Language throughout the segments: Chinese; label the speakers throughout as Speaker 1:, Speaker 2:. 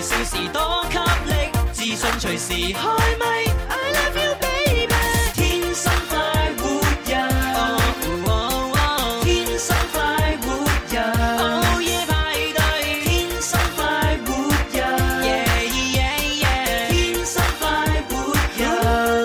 Speaker 1: 士多給力，自信隨時開咪。I love you baby，天生快活人，哦哦天生快活人，哦耶派對，天生快活人，耶耶耶，天生快活人。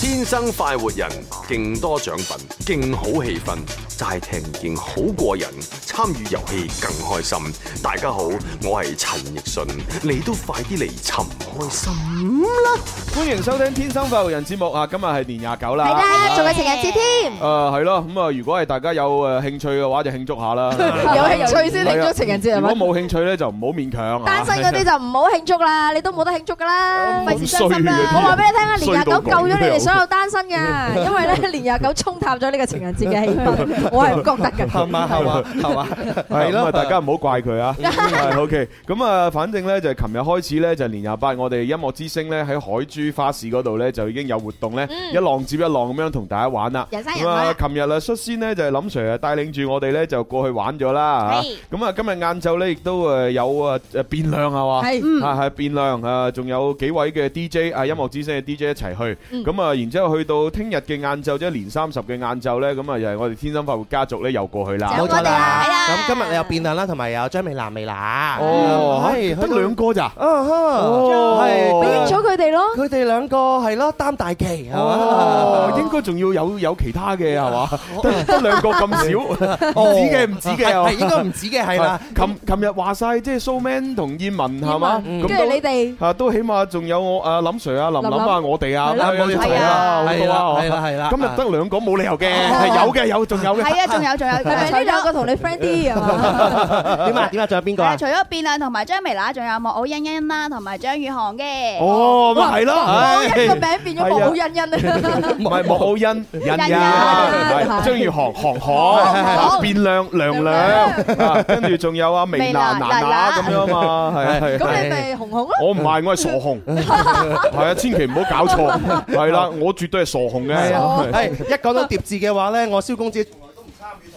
Speaker 2: 天生快活人，勁多獎品，勁好氣氛，齋聽見好過癮，參與遊戲更開心。大家好，我係陳奕迅，你都快啲嚟尋開心啦！
Speaker 3: 欢迎收听《天生快活人》节目啊！今日系年廿九啦，
Speaker 4: 係啦，仲有情人節添，
Speaker 3: 诶系咯，咁啊，如果係大家有诶兴趣嘅話，就慶祝下啦。
Speaker 4: 有興趣先慶祝情人節係
Speaker 3: 如
Speaker 4: 嘛
Speaker 3: 果？冇興趣咧，就唔好勉強。
Speaker 4: 單身嗰 啲 就唔好慶祝啦，你都冇得慶祝噶啦，費事
Speaker 3: 咁衰
Speaker 4: 傷心
Speaker 3: 嘅
Speaker 4: 啦
Speaker 3: 啲人。
Speaker 4: 我話俾你聽啊，年
Speaker 3: 衰
Speaker 4: 廿九
Speaker 3: 到
Speaker 4: 救
Speaker 3: 咁
Speaker 4: 咗你哋所有單身嘅，因為咧年廿九沖淡咗呢個情人節嘅氣氛，我係唔覺得
Speaker 5: 係
Speaker 4: 嘅。
Speaker 5: 嘛係嘛係嘛，
Speaker 3: 係
Speaker 5: 係
Speaker 3: 咁啊，
Speaker 5: 咯，
Speaker 3: 大家唔好怪佢 啊。係 OK，咁啊，反正咧就係琴日開始咧，就係年廿八，我哋音樂之星咧喺海珠花市嗰度咧就已經有活動咧，一浪接一浪咁樣同大家玩啦。
Speaker 4: 人山人
Speaker 3: 咁
Speaker 4: 海
Speaker 3: 啊
Speaker 4: 啦，
Speaker 3: 琴日啊，率先呢，就係林 Sir 啊帶領住我哋咧就過去玩咗啦
Speaker 4: 係
Speaker 3: 嚇咁啊，今日晏晝咧亦都誒有啊誒變量係嘛？
Speaker 4: 係
Speaker 3: 啊，係變量啊，仲有幾位嘅 DJ 啊，音樂之星嘅 DJ 一齊去，咁啊，然之後去到聽日嘅晏晝，即係年三十嘅晏晝咧，咁啊，又係我哋天生快活家族咧又過去啦
Speaker 4: 走。
Speaker 5: 冇錯
Speaker 4: 我哋啦
Speaker 5: 啦
Speaker 4: 係啦。
Speaker 5: 咁今日你有變量啦，同埋有張美娜美娜。
Speaker 3: 哦，嚇
Speaker 5: 係
Speaker 3: 得兩個咋？
Speaker 5: 啊
Speaker 3: 哦
Speaker 5: 哈，
Speaker 4: 咪
Speaker 3: 俾
Speaker 4: 應咗佢哋咯，
Speaker 5: 佢哋兩個係咯擔大旗，係
Speaker 3: 哦，應
Speaker 5: 嘛？
Speaker 3: 該仲要有有其他嘅係嘛？得得兩個咁少，唔止嘅唔止嘅係嘛
Speaker 5: 係應該唔止嘅，係啦。
Speaker 3: 琴琴日話晒即係 Showman 同燕文係嘛？
Speaker 4: 英
Speaker 3: 咁
Speaker 4: 文跟住
Speaker 3: 都
Speaker 4: 你哋
Speaker 3: 啊，都起碼仲有我啊林 Sir 啊林林啊我哋啊，
Speaker 4: 係啦
Speaker 3: 咁樣一齊啦，好
Speaker 5: 係
Speaker 3: 多
Speaker 5: 啦
Speaker 3: 啊，
Speaker 5: 係啦係啦
Speaker 3: 今日得兩個冇理由嘅，係有嘅有，仲有嘅。
Speaker 6: 係啊，仲有仲有，
Speaker 4: 係咪
Speaker 6: 除
Speaker 4: 呢兩
Speaker 6: 咗
Speaker 4: 個同你 friend 啲啊？
Speaker 5: 點啊點啊，仲有邊個
Speaker 6: 係啊
Speaker 5: 啊？
Speaker 6: 除咗變亮同埋張薇娜，仲有莫奧欣欣啦，同埋張宇航嘅。
Speaker 3: 哦，咪係啦，
Speaker 4: 哇一個
Speaker 3: 唉
Speaker 4: 名變咗冇欣欣啊！
Speaker 3: 唔係莫浩欣，人呀，
Speaker 6: 人
Speaker 4: 呀
Speaker 3: 係張宇航航航，變亮亮亮，啊跟住仲有啊微
Speaker 6: 微
Speaker 3: 娜
Speaker 6: 娜
Speaker 3: 娜娜
Speaker 6: 娜
Speaker 3: 咁樣嘛，係啊係啊。
Speaker 4: 咁你咪紅紅咯，
Speaker 3: 我唔係，我係傻紅，係啊，千祈唔好搞錯，係啦，我絕對係傻紅
Speaker 5: 係啊
Speaker 3: 嘅。
Speaker 5: 係一講到疊字嘅話咧，我蕭公子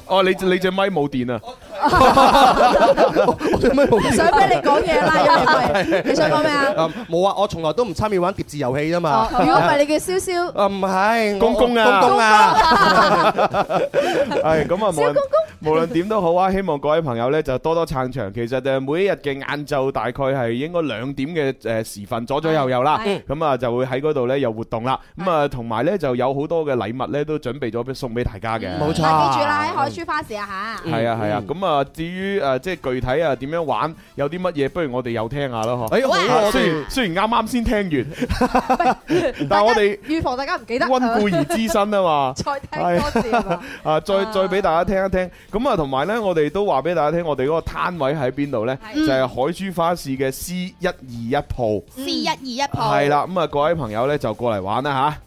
Speaker 3: 哦，你你隻咪冇電啊？
Speaker 5: 我做咩冇字
Speaker 4: 想俾你講嘢啦，因為你想講咩啊？
Speaker 5: 啊冇啊，我從來都唔參與玩疊字遊戲啫嘛
Speaker 4: 哦。如果唔係你叫蕭蕭。
Speaker 5: 啊唔係，我
Speaker 3: 公公啊
Speaker 5: 公公啊，
Speaker 3: 係咁啊，無論無論點都好啊，希望各位朋友咧就多多撐場。其實誒每一日嘅晏晝大概係應該兩點嘅誒時分左左右右啦，
Speaker 4: 係
Speaker 3: 咁啊就會喺嗰度咧有活動啦。咁啊同埋咧就有好多嘅禮物咧都準備咗俾送俾大家嘅。
Speaker 5: 冇錯。
Speaker 4: 啊記住啦，喺海珠花市 啊嚇。
Speaker 3: 係啊係啊，咁啊至於誒即係具體啊點樣玩，有啲乜嘢，不如我哋又聽下啦嗬。
Speaker 5: 哎好啊
Speaker 3: 啊
Speaker 5: 我
Speaker 3: 雖
Speaker 5: 哋
Speaker 3: 然雖然啱啱先聽完，但係我哋
Speaker 4: 大家預防大家唔記
Speaker 5: 呃
Speaker 4: 得。。
Speaker 3: 温故而知新啊 嘛
Speaker 4: 再聽多 次啊嘛。
Speaker 3: 啊！再
Speaker 4: 啊
Speaker 3: 再俾大家聽一聽，咁啊，同埋呢，我哋都話俾大家聽，我哋嗰個攤位喺邊度呢？就
Speaker 4: 係
Speaker 3: 係海珠花市嘅 C 一二一鋪，
Speaker 6: C 一二一鋪。
Speaker 3: 係。啦。咁啊，各位朋友呢，就過嚟玩啦吓。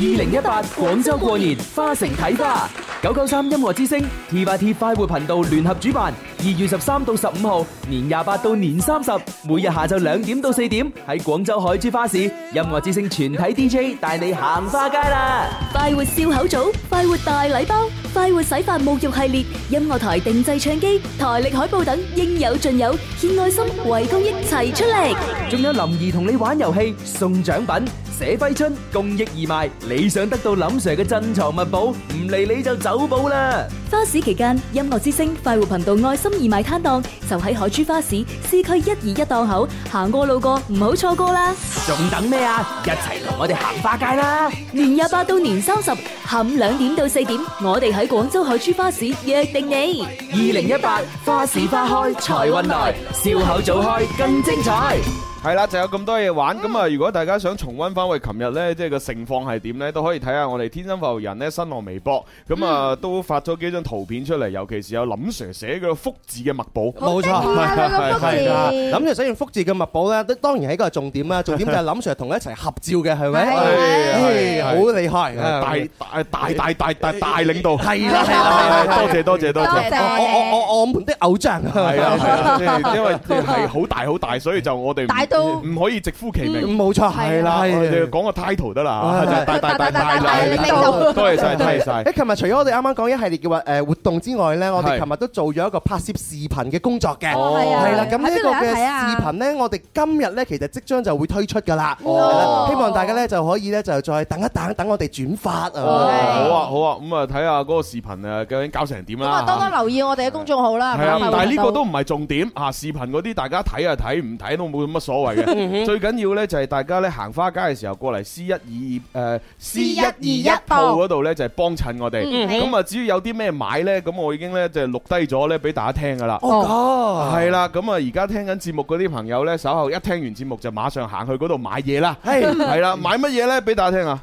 Speaker 1: 二零一八廣州過年花城睇花，九九三音樂之聲 T Y T 快活頻道聯合主辦，二月十三到十五號，年廿八到年三十，每日下晝兩點到四點喺廣州海珠花市，音樂之聲全體 D J 帶你行花街啦！
Speaker 7: 快活笑口組、快活大禮包、快活洗髮沐浴系列、音樂台定製唱機、台歷海報等應有盡有，獻愛心、為公益齊出力。
Speaker 1: 仲有林兒同你玩遊戲送獎品，寫揮春公益義賣，你想得到林 Sir 嘅珍藏物寶，唔嚟你就走寶啦！
Speaker 7: 花市期間，音樂之聲快活頻道愛心義賣攤檔就喺海珠花市市區一二一檔口，行過路過唔好錯過啦！
Speaker 1: 仲等咩啊？一齊同我哋行花街啦！
Speaker 7: 年廿八到年三十，下午兩點到四點，我哋喺廣州海珠花市約定你。
Speaker 1: 二零一八花市花開財運來，笑口早開更精彩。
Speaker 3: 係啦，就有咁多嘢
Speaker 5: 嗯
Speaker 3: 玩。咁啊，如果大家想重温翻喂，琴日呢，即係個盛況係點呢，都可以睇下我哋天生發育人呢新浪微博。咁啊，
Speaker 5: 嗯
Speaker 3: 都發咗幾張圖片出嚟，尤其是有林 Sir 寫嘅福字嘅墨寶。
Speaker 5: 冇錯。
Speaker 4: 啊，佢個福
Speaker 5: 係啊，
Speaker 4: 字。
Speaker 5: 諗住使用福字嘅墨寶咧，都當然係一個重點啦。重點就係林 Sir 同佢一齊合照嘅，係咪？
Speaker 4: 係
Speaker 3: 係
Speaker 5: 唉
Speaker 3: 係
Speaker 5: 好厲害，
Speaker 3: 大大大大大大大領導，
Speaker 5: 係啦係啦
Speaker 3: 係
Speaker 5: 係啦，
Speaker 3: 多謝多謝多謝。
Speaker 5: 我我我我我們的偶像
Speaker 3: 係啊，係啊，即係因為係好大好大，所以就我哋唔
Speaker 4: 大都
Speaker 6: 唔可以直呼其名。
Speaker 5: 冇錯，係啦，
Speaker 6: 我哋
Speaker 5: 係
Speaker 6: 講個 title 得啦，啊
Speaker 5: 唉
Speaker 6: 就係嗯大大大大大
Speaker 5: 大
Speaker 6: 領
Speaker 5: 領
Speaker 6: 導，
Speaker 5: 導
Speaker 6: 多謝晒，多謝 晒。
Speaker 5: 誒，琴日除咗我哋啱啱講一系列嘅話誒活動之外咧，我哋
Speaker 6: 係
Speaker 5: 琴日都做咗一個拍攝視頻嘅工作嘅。
Speaker 6: 哦
Speaker 4: 係啊
Speaker 5: 係啦，咁呢
Speaker 4: 喺邊
Speaker 5: 一
Speaker 4: 度
Speaker 5: 個
Speaker 4: 有得
Speaker 5: 嘅
Speaker 4: 睇啊
Speaker 5: 視頻呢，我哋今日呢，其實即將就會推出㗎啦。
Speaker 6: 哦
Speaker 5: 係啦希望大家呢，就可以呢，就再等一等，等我哋轉發
Speaker 6: 哦
Speaker 5: 啊。
Speaker 6: 好啊，好啊，咁啊，睇下嗰個視頻啊，究竟搞成點
Speaker 4: 咁啊，
Speaker 6: 啦。
Speaker 4: 多多留意我哋嘅公眾號啦。
Speaker 6: 系啊
Speaker 4: 快，活
Speaker 6: 但係呢個
Speaker 4: 頻道
Speaker 6: 都唔係重點啊！視頻嗰啲大家睇啊睇，唔睇都冇乜所謂嘅。最緊要呢就係大家呢行花街嘅時候過嚟 C 一二誒 C 一二一鋪嗰度呢，就係幫襯我哋。咁啊，至於有啲咩買呢，咁我已經呢就錄低咗呢俾大家聽噶啦。
Speaker 5: 哦，
Speaker 6: 係啦，咁啊，而家聽緊節目嗰啲朋友呢，稍後一聽完節目就馬上行去嗰度買嘢啦。
Speaker 5: 係
Speaker 6: 係啦，買乜嘢呢？俾大家聽啊！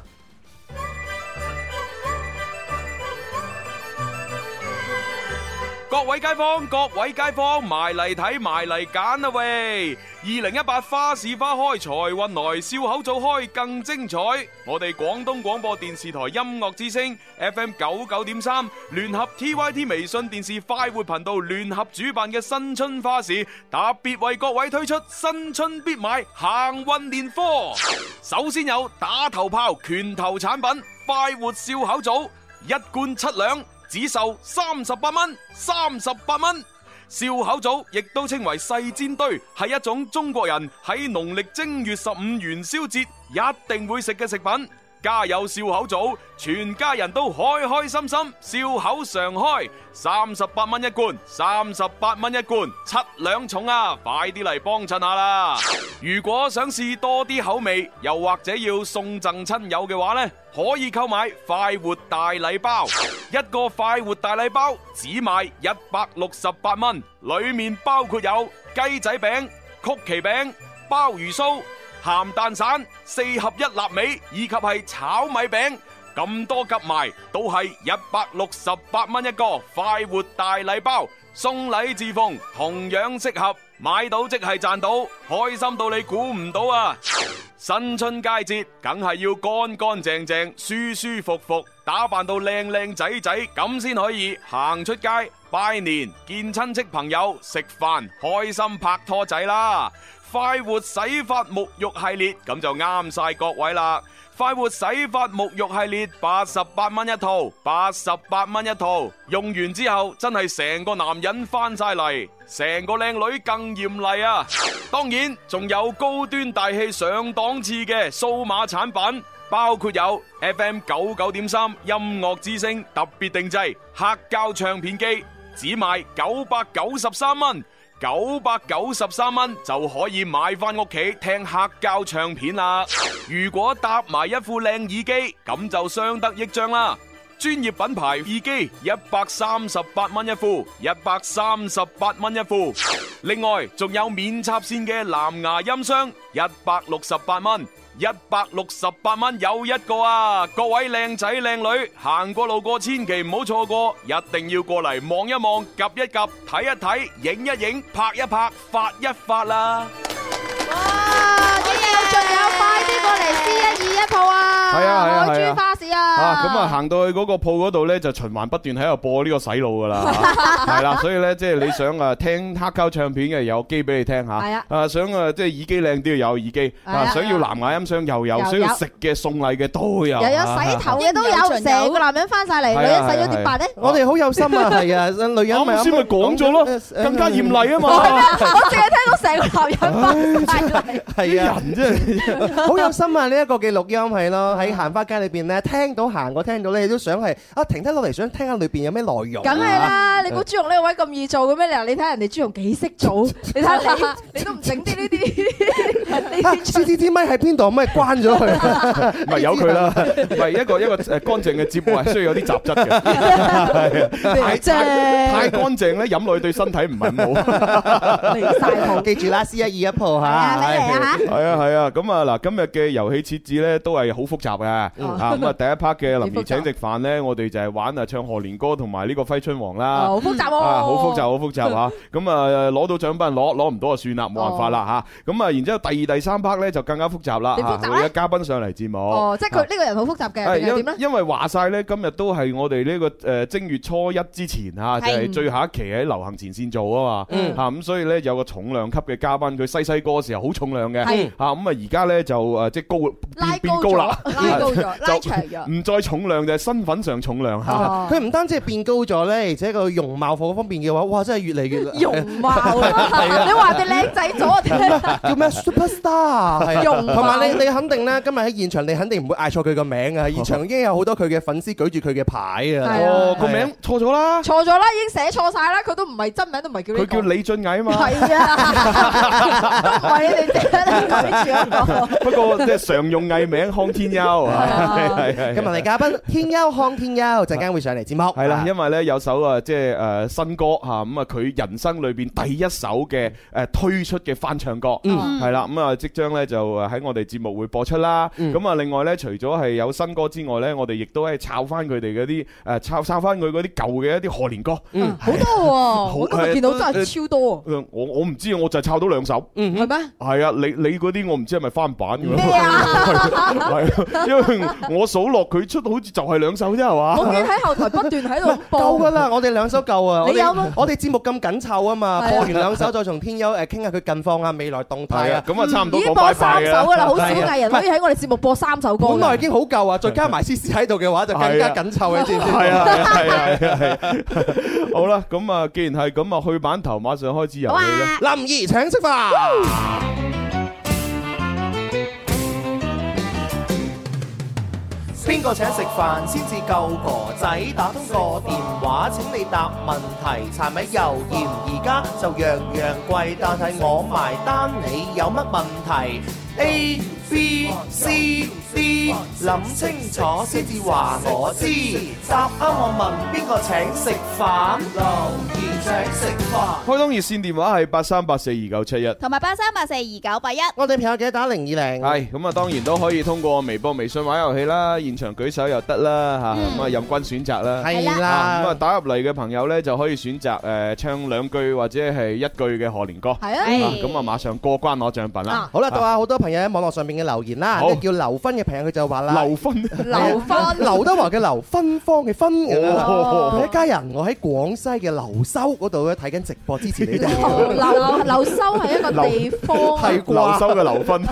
Speaker 3: 各位街坊，各位街坊，埋嚟睇，埋嚟揀啦喂！二零一八花市花開財運來，笑口棗開更精彩。我哋廣東廣播電視台音樂之聲 FM 九九點三聯合 TYT 微信電視快活頻道聯合主辦嘅新春花市，特別為各位推出新春必買行運年貨。首先有打頭炮拳頭產品快活笑口棗。一罐七兩，只售三十八蚊，三十八蚊。笑口棗亦都稱為細煎堆，係一種中國人喺農曆正月十五元宵節一定會食嘅食品。家有笑口棗，全家人都開開心心，笑口常開。三十八蚊一罐，三十八蚊一罐，七兩重啊！快啲嚟幫襯下啦！如果想試多啲口味，又或者要送贈親友嘅話呢，可以購買快活大禮包，一個快活大禮包只賣一百六十八蚊，裡面包括有雞仔餅、曲奇餅、鮑魚酥、鹹蛋散、四合一臘味以及係炒米餅。咁多夾埋都係一百六十八蚊一個快活大禮包，送禮自奉同樣適合，買到即係賺到，開心到你估唔到啊！新春佳節，梗係要乾乾淨淨、舒舒服服，打扮到靚靚仔仔，咁先可以行出街拜年、見親戚朋友、食飯、開心拍拖仔啦！快活洗髮沐浴系列咁就啱晒各位啦！快活洗髮沐浴系列八十八蚊一套，八十八蚊一套，用完之後真係成個男人翻晒嚟，成個靚女更豔麗啊！當然仲有高端大氣上檔次嘅數碼產品，包括有 FM 九九點三音樂之聲特別定製黑膠唱片機，只賣九百九十三蚊。九百九十三蚊就可以買翻屋企聽黑膠唱片啦。如果搭埋一副靚耳機，咁就相得益彰啦。專業品牌耳機一百三十八蚊一副，一百三十八蚊一副。另外仲有免插線嘅藍牙音箱，一百六十八蚊。一百六十八蚊有一個啊！各位靚仔靚女，行過路過千祈唔好錯過，一定要過嚟望一望、及一及、睇一睇、影一影、拍一拍、發一發啦！
Speaker 4: 哇！啲嘢仲有，快啲過嚟 C 一二一鋪啊！
Speaker 6: 係啊係
Speaker 4: 海
Speaker 6: 啊係啊
Speaker 4: 珠花市啊！
Speaker 6: 啊，咁啊，行到去嗰個鋪嗰度咧，就循環不斷喺度播呢個洗 腦噶啦，係啦，所以咧，即係你想啊聽黑膠唱片嘅有機俾你聽
Speaker 4: 係
Speaker 6: 吓
Speaker 4: 啊，
Speaker 6: 啊想啊即係耳機靚都要有耳機，
Speaker 4: 係
Speaker 6: 啊
Speaker 4: 啊
Speaker 6: 想要藍牙音箱又有，
Speaker 4: 又
Speaker 6: 想要
Speaker 4: 有
Speaker 6: 食嘅送禮嘅都有，
Speaker 4: 又
Speaker 3: 啊
Speaker 4: 有洗頭嘅都有，成個男人翻晒嚟，
Speaker 6: 係啊
Speaker 4: 女人洗咗點辦咧？
Speaker 5: 我哋好有心啊，係啊，女人咪
Speaker 6: 啱先咪講咗咯，更加豔麗啊
Speaker 4: 我 係咩
Speaker 6: 嘛，
Speaker 4: 我淨係聽到成個男人翻晒嚟。
Speaker 5: 係啊。
Speaker 6: 人真 係。
Speaker 5: 好有心啊！呢一個嘅錄音係咯，喺行花街裏邊咧，聽到行過聽到咧，你都想係啊停低落嚟想聽下裏邊有咩內容。
Speaker 4: 梗係，啦，你估朱紅呢個位咁易做嘅咩？嗱，你睇下人哋朱紅幾識做，你睇下你，你都唔整啲呢啲呢
Speaker 5: 啊
Speaker 4: 啲出
Speaker 5: À, C T T 咪喺邊度？咪關咗佢。
Speaker 6: 唔係由佢 啦，唔係一個一個誒乾淨嘅節目係需要有啲雜 質嘅，係啊太
Speaker 4: 啫
Speaker 6: 太太乾淨咧，飲落去對身體唔係咁好。
Speaker 4: 嚟晒鋪。
Speaker 5: 記住啦，C 一二一鋪
Speaker 8: 係啊，
Speaker 5: 嚇。
Speaker 8: 你嚟啊
Speaker 6: 係啊係啊，咁啊嗱，今日嘅遊戲設置咧都係好複雜嘅，啊咁啊第
Speaker 3: part 嘅林 兒
Speaker 4: 幾嗯複雜
Speaker 3: 請食飯呢，我哋就係玩啊唱賀年歌同埋呢個揮春王啦。
Speaker 4: 哦，好複雜喎。
Speaker 3: 啊，好複雜，好複雜 嚇。咁啊，攞到獎品攞，攞唔到就算啦，冇辦法啦嚇。咁啊，然之後第二、第三 part 咧就更加複雜啦。
Speaker 4: 點哦複雜啊
Speaker 3: 嚇
Speaker 4: 呢
Speaker 3: 會有嘉賓上嚟節目。
Speaker 4: 哦，即係佢-
Speaker 3: 啊
Speaker 4: 呢個人好複雜嘅，
Speaker 3: 係因
Speaker 4: 定係點呢？啊
Speaker 3: 因為話晒咧，今日都係我哋呢個誒正月初一之前嚇，就係
Speaker 4: 係嗯
Speaker 3: 最後一期喺流行前線做啊嘛。嚇咁，所以咧有個重量級嘅嘉賓，佢細細個嘅時候好重量嘅。
Speaker 4: 係
Speaker 3: 嚇咁啊，而家咧就誒即係高變變
Speaker 4: 拉高咗，
Speaker 3: 高啦， 啊
Speaker 4: 拉高咗，
Speaker 3: 就
Speaker 4: 拉長咗。
Speaker 3: 唔再重量就係身份上重量嚇。
Speaker 4: 哦。
Speaker 5: 佢唔單止係變高咗咧，而且個容貌嗰方面嘅話，哇，真係越嚟越
Speaker 4: 容貌。
Speaker 5: 咩
Speaker 4: 你話人哋靚仔咗，我哋聽得。
Speaker 5: 叫咩 superstar 係啊
Speaker 4: 容貌
Speaker 5: 同埋你你肯定咧，今日喺現場你肯定唔會嗌錯佢個名啊！現場已經有好多佢嘅粉絲舉住佢嘅牌
Speaker 4: 係
Speaker 5: 啊
Speaker 4: 啊。
Speaker 3: 哦，個名錯咗啦，
Speaker 4: 錯咗啦，已經寫錯晒啦，佢都唔係真名，都唔係叫呢個。
Speaker 3: 佢叫李俊毅啊嘛。
Speaker 4: 係啊，都唔係你哋寫得，改住一個。
Speaker 3: 不過即係常用藝名康天庥，係
Speaker 4: 哦
Speaker 3: 係係啊
Speaker 5: 今日嚟嘉賓天優康天優，陣間會上嚟節目。
Speaker 3: 系啦，因為咧有首啊，即係诶新歌吓，咁啊佢人生裏边第一首嘅诶推出嘅翻唱歌，
Speaker 5: 嗯
Speaker 3: 係啦，咁啊即將咧就誒喺我哋節目會播出啦。
Speaker 5: 嗯
Speaker 3: 咁啊另外咧，除咗係有新歌之外咧，我哋亦都係抄翻佢哋嗰啲诶抄抄翻佢嗰啲舊嘅一啲賀年歌。
Speaker 5: 嗯
Speaker 4: 好多喎，
Speaker 3: 好，
Speaker 4: 我今日見到真係超多喎。
Speaker 3: 呃我我唔知，我就係抄到兩首。
Speaker 5: 嗯
Speaker 4: 係咩？
Speaker 3: 係啊，你你嗰啲我唔知係咪翻版嘅。
Speaker 4: 咩啊？
Speaker 3: 係啊，因為我數落佢出好似就係兩首啫，係嘛？
Speaker 4: 我見喺後台不斷喺度
Speaker 5: 夠
Speaker 4: 播
Speaker 5: 噶。啦，我哋兩首夠啊！我
Speaker 4: 你有
Speaker 5: 哋
Speaker 4: 嗎
Speaker 5: 我哋節目咁緊湊啊嘛，
Speaker 4: 係啊
Speaker 5: 播完兩首再同天優誒傾下佢近況啊、未來動態
Speaker 3: 係
Speaker 5: 啊
Speaker 3: 啊，。咁啊差唔多
Speaker 4: 已經
Speaker 3: 講
Speaker 4: 播
Speaker 3: 拜
Speaker 4: 三
Speaker 3: 拜
Speaker 4: 首
Speaker 3: 啦。
Speaker 4: 噶啦，好少藝人可以喺我哋節目播三首歌
Speaker 5: 本來
Speaker 4: 嘅
Speaker 5: 已。經好夠啊，再加埋 C C 喺度嘅話，就更加緊湊你知唔知？
Speaker 3: 系啊系啊系啊系，好啦，咁啊，既然系咁啊，去版頭，馬上開始遊戲啦。
Speaker 5: 林怡請食飯，
Speaker 9: 邊個請食飯先至夠哥仔？打通個電話請你答問題，柴米油鹽而家就樣樣貴，但係我埋單，你有乜問題？A B C D，諗清楚先至話我知。答啱我問邊個請食飯？留言請食飯。
Speaker 3: 開通熱線電話係八三八四二九七一。
Speaker 6: 同埋八三八四二九八一。
Speaker 5: 我哋朋友記得打零二零。
Speaker 3: 係咁啊，當然都可以通過微博、微信玩遊戲啦，現場舉手又得啦吓，咁啊任君選擇啦。
Speaker 5: 係
Speaker 3: 啊咁啊，
Speaker 5: 啦，
Speaker 3: 打入嚟嘅朋友呢，就可以選擇诶唱兩句或者係一句嘅賀年歌。啊
Speaker 4: 係啊，
Speaker 3: 咁啊，馬上過關攞獎品啦。
Speaker 5: 好啦，到下好多朋友喺網絡上面嘅留言啦，
Speaker 3: 好
Speaker 5: 叫劉芬嘅朋友佢就話啦，
Speaker 3: 劉芬，
Speaker 4: 劉芬
Speaker 5: 劉德華嘅劉芬芳嘅芬咁樣啦
Speaker 3: 哦
Speaker 5: 佢一家人，我喺廣西嘅流州嗰度咧睇緊直播，支 持你哋。
Speaker 4: Ờ, 劉劉修係一個地方，
Speaker 5: 係
Speaker 3: 劉修嘅 劉芬，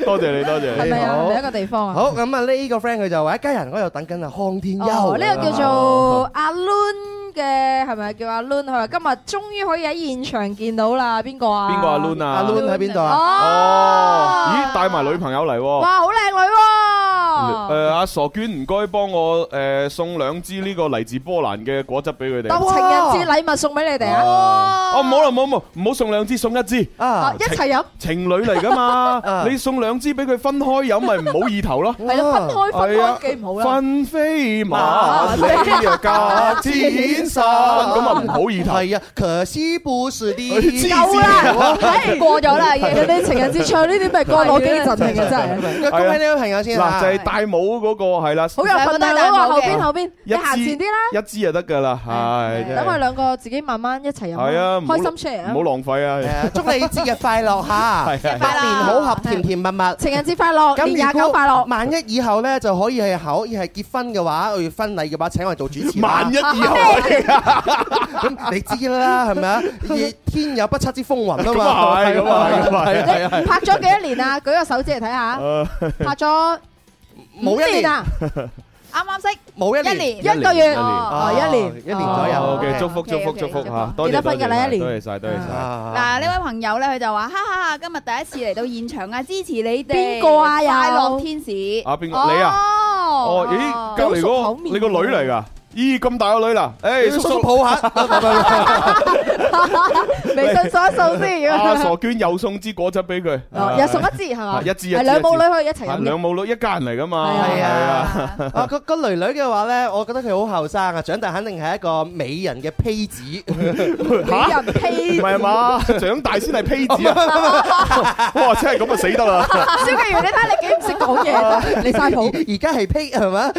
Speaker 3: 多謝你，多謝
Speaker 4: 係
Speaker 3: 你。
Speaker 4: 咪啊？
Speaker 5: 好
Speaker 4: 係咪一個地方啊？
Speaker 5: 好咁啊！呢個 friend 佢就話一家人，我又等緊啊康天
Speaker 4: 哦
Speaker 5: 庥。
Speaker 4: 呢個叫做阿 Lun 嘅，係咪叫阿 Lun？佢話今日終於可以喺現場見到啦，邊個啊？
Speaker 3: 邊個阿 Lun
Speaker 5: 阿
Speaker 3: 啊
Speaker 5: Lun 喺邊度
Speaker 4: Ờ.
Speaker 5: 啊？
Speaker 3: 哦，
Speaker 4: 哦，
Speaker 3: 咦，帶埋女朋友嚟喎。
Speaker 4: 哇，好靚女喎！
Speaker 3: 诶，阿傻娟唔該幫我诶送兩支呢個嚟自波蘭嘅果汁俾佢哋。
Speaker 4: 當情人節禮物送俾你哋啊！
Speaker 3: 哦，唔好啦，唔好唔好，唔好送兩支，送一支。
Speaker 4: 啊
Speaker 5: 啊！
Speaker 4: 一齊飲，
Speaker 3: 情侶嚟噶嘛
Speaker 5: 啊，
Speaker 3: 你送兩支俾佢分開飲，咪唔好意頭咯。
Speaker 4: 係咯，分開分
Speaker 3: 係啊
Speaker 4: 開幾唔好啦。
Speaker 3: 分飛馬，你又嫁天生，咁啊唔好意頭。
Speaker 5: 係啊，可惜不是你。
Speaker 4: 夠 啦，唉過咗啦，已經人哋情人節唱呢啲咪過攞幾陣嚟嘅真係。
Speaker 5: 恭喜呢位朋友 先
Speaker 3: 嗱，
Speaker 5: 啊！
Speaker 3: 就係戴帽嗰個係啦，
Speaker 4: 好有份量喎，
Speaker 6: 兩個
Speaker 4: 後
Speaker 6: 都係
Speaker 4: 邊後邊，
Speaker 3: 一
Speaker 4: 你行前啲啦，
Speaker 3: 支一支就得㗎啦，係真
Speaker 4: 等我哋
Speaker 3: 係。
Speaker 4: 兩個自己慢慢一齊飲
Speaker 3: 係啊
Speaker 4: 啦，
Speaker 3: 唔好
Speaker 4: 開心 share
Speaker 3: 唔好
Speaker 4: 啊！
Speaker 3: 浪費
Speaker 5: 係
Speaker 3: 啊！
Speaker 5: 啊祝你節日快樂嚇，
Speaker 3: 係係
Speaker 5: 百年好合，甜甜蜜蜜。
Speaker 4: 情人節快樂，年廿
Speaker 5: 如
Speaker 4: 九
Speaker 5: 果
Speaker 4: 快樂，
Speaker 5: 萬一以後咧就可以係可以係結婚嘅話，去婚禮嘅話請我哋做主持啦。
Speaker 3: 萬一以後
Speaker 5: 咁你知啦，係 咪啊？而天有不測之風雲啊
Speaker 3: 咁
Speaker 5: 嘛。
Speaker 3: 啊係，咁啊係，咁啊係。
Speaker 4: 你拍咗幾多年啊？舉個手指嚟睇下，
Speaker 3: 誒
Speaker 4: 拍咗
Speaker 5: 冇
Speaker 4: 五
Speaker 5: 一年
Speaker 4: 年啊，
Speaker 6: 啱啱識
Speaker 5: 冇一
Speaker 6: 一
Speaker 5: 年。
Speaker 6: 年。
Speaker 4: 一個月
Speaker 5: 啊
Speaker 4: 哦，一年
Speaker 5: 一年左右。
Speaker 3: 哦 Ờ, OK，
Speaker 5: à? OK
Speaker 3: 祝福祝福
Speaker 6: OK，OK，
Speaker 3: 祝福
Speaker 6: 祝福
Speaker 3: 嚇，多
Speaker 4: 記得
Speaker 3: 謝
Speaker 4: 畢
Speaker 3: 多
Speaker 4: 業啦
Speaker 3: 謝，
Speaker 4: 一年
Speaker 3: 多謝晒，多謝晒。
Speaker 5: 啊
Speaker 6: 嗱，呢位朋友咧，佢就話：哈哈哈，今日第一次嚟到現場啊，支持你哋。
Speaker 4: 邊個啊又
Speaker 6: 快樂天使。
Speaker 3: 啊邊個你啊？
Speaker 5: Ờ.
Speaker 3: 哦，咦，隔離
Speaker 4: 好熟口
Speaker 3: 嗰個
Speaker 4: 面
Speaker 3: 你個女嚟㗎？咦，咁大個女啦？誒，
Speaker 5: 叔
Speaker 3: 叔
Speaker 5: 叔
Speaker 3: 叔。
Speaker 5: 抱 下，
Speaker 4: 微信掃一掃先。
Speaker 3: 啊！傻娟又送支果汁俾佢，
Speaker 5: Ờ,
Speaker 4: 哦
Speaker 5: dạ,
Speaker 4: 又送一支係嘛？
Speaker 3: 啊一支一支
Speaker 4: 係兩母
Speaker 3: 一支
Speaker 4: 女可以一齊飲嘅
Speaker 3: 两。母女一家人嚟噶嘛，
Speaker 4: 係
Speaker 5: 啊
Speaker 3: 係啊
Speaker 5: 啊個個女女嘅話咧，我覺得佢好後生啊，長大肯定係一個美人嘅胚子。
Speaker 4: 俾人
Speaker 3: 唔
Speaker 4: 批。
Speaker 3: 係嘛？à? 長大先係胚子啊！哇，真係咁啊死得啦！
Speaker 4: 消極員，你睇下你幾唔識講嘢，你晒譜。
Speaker 5: 而家係披係嘛？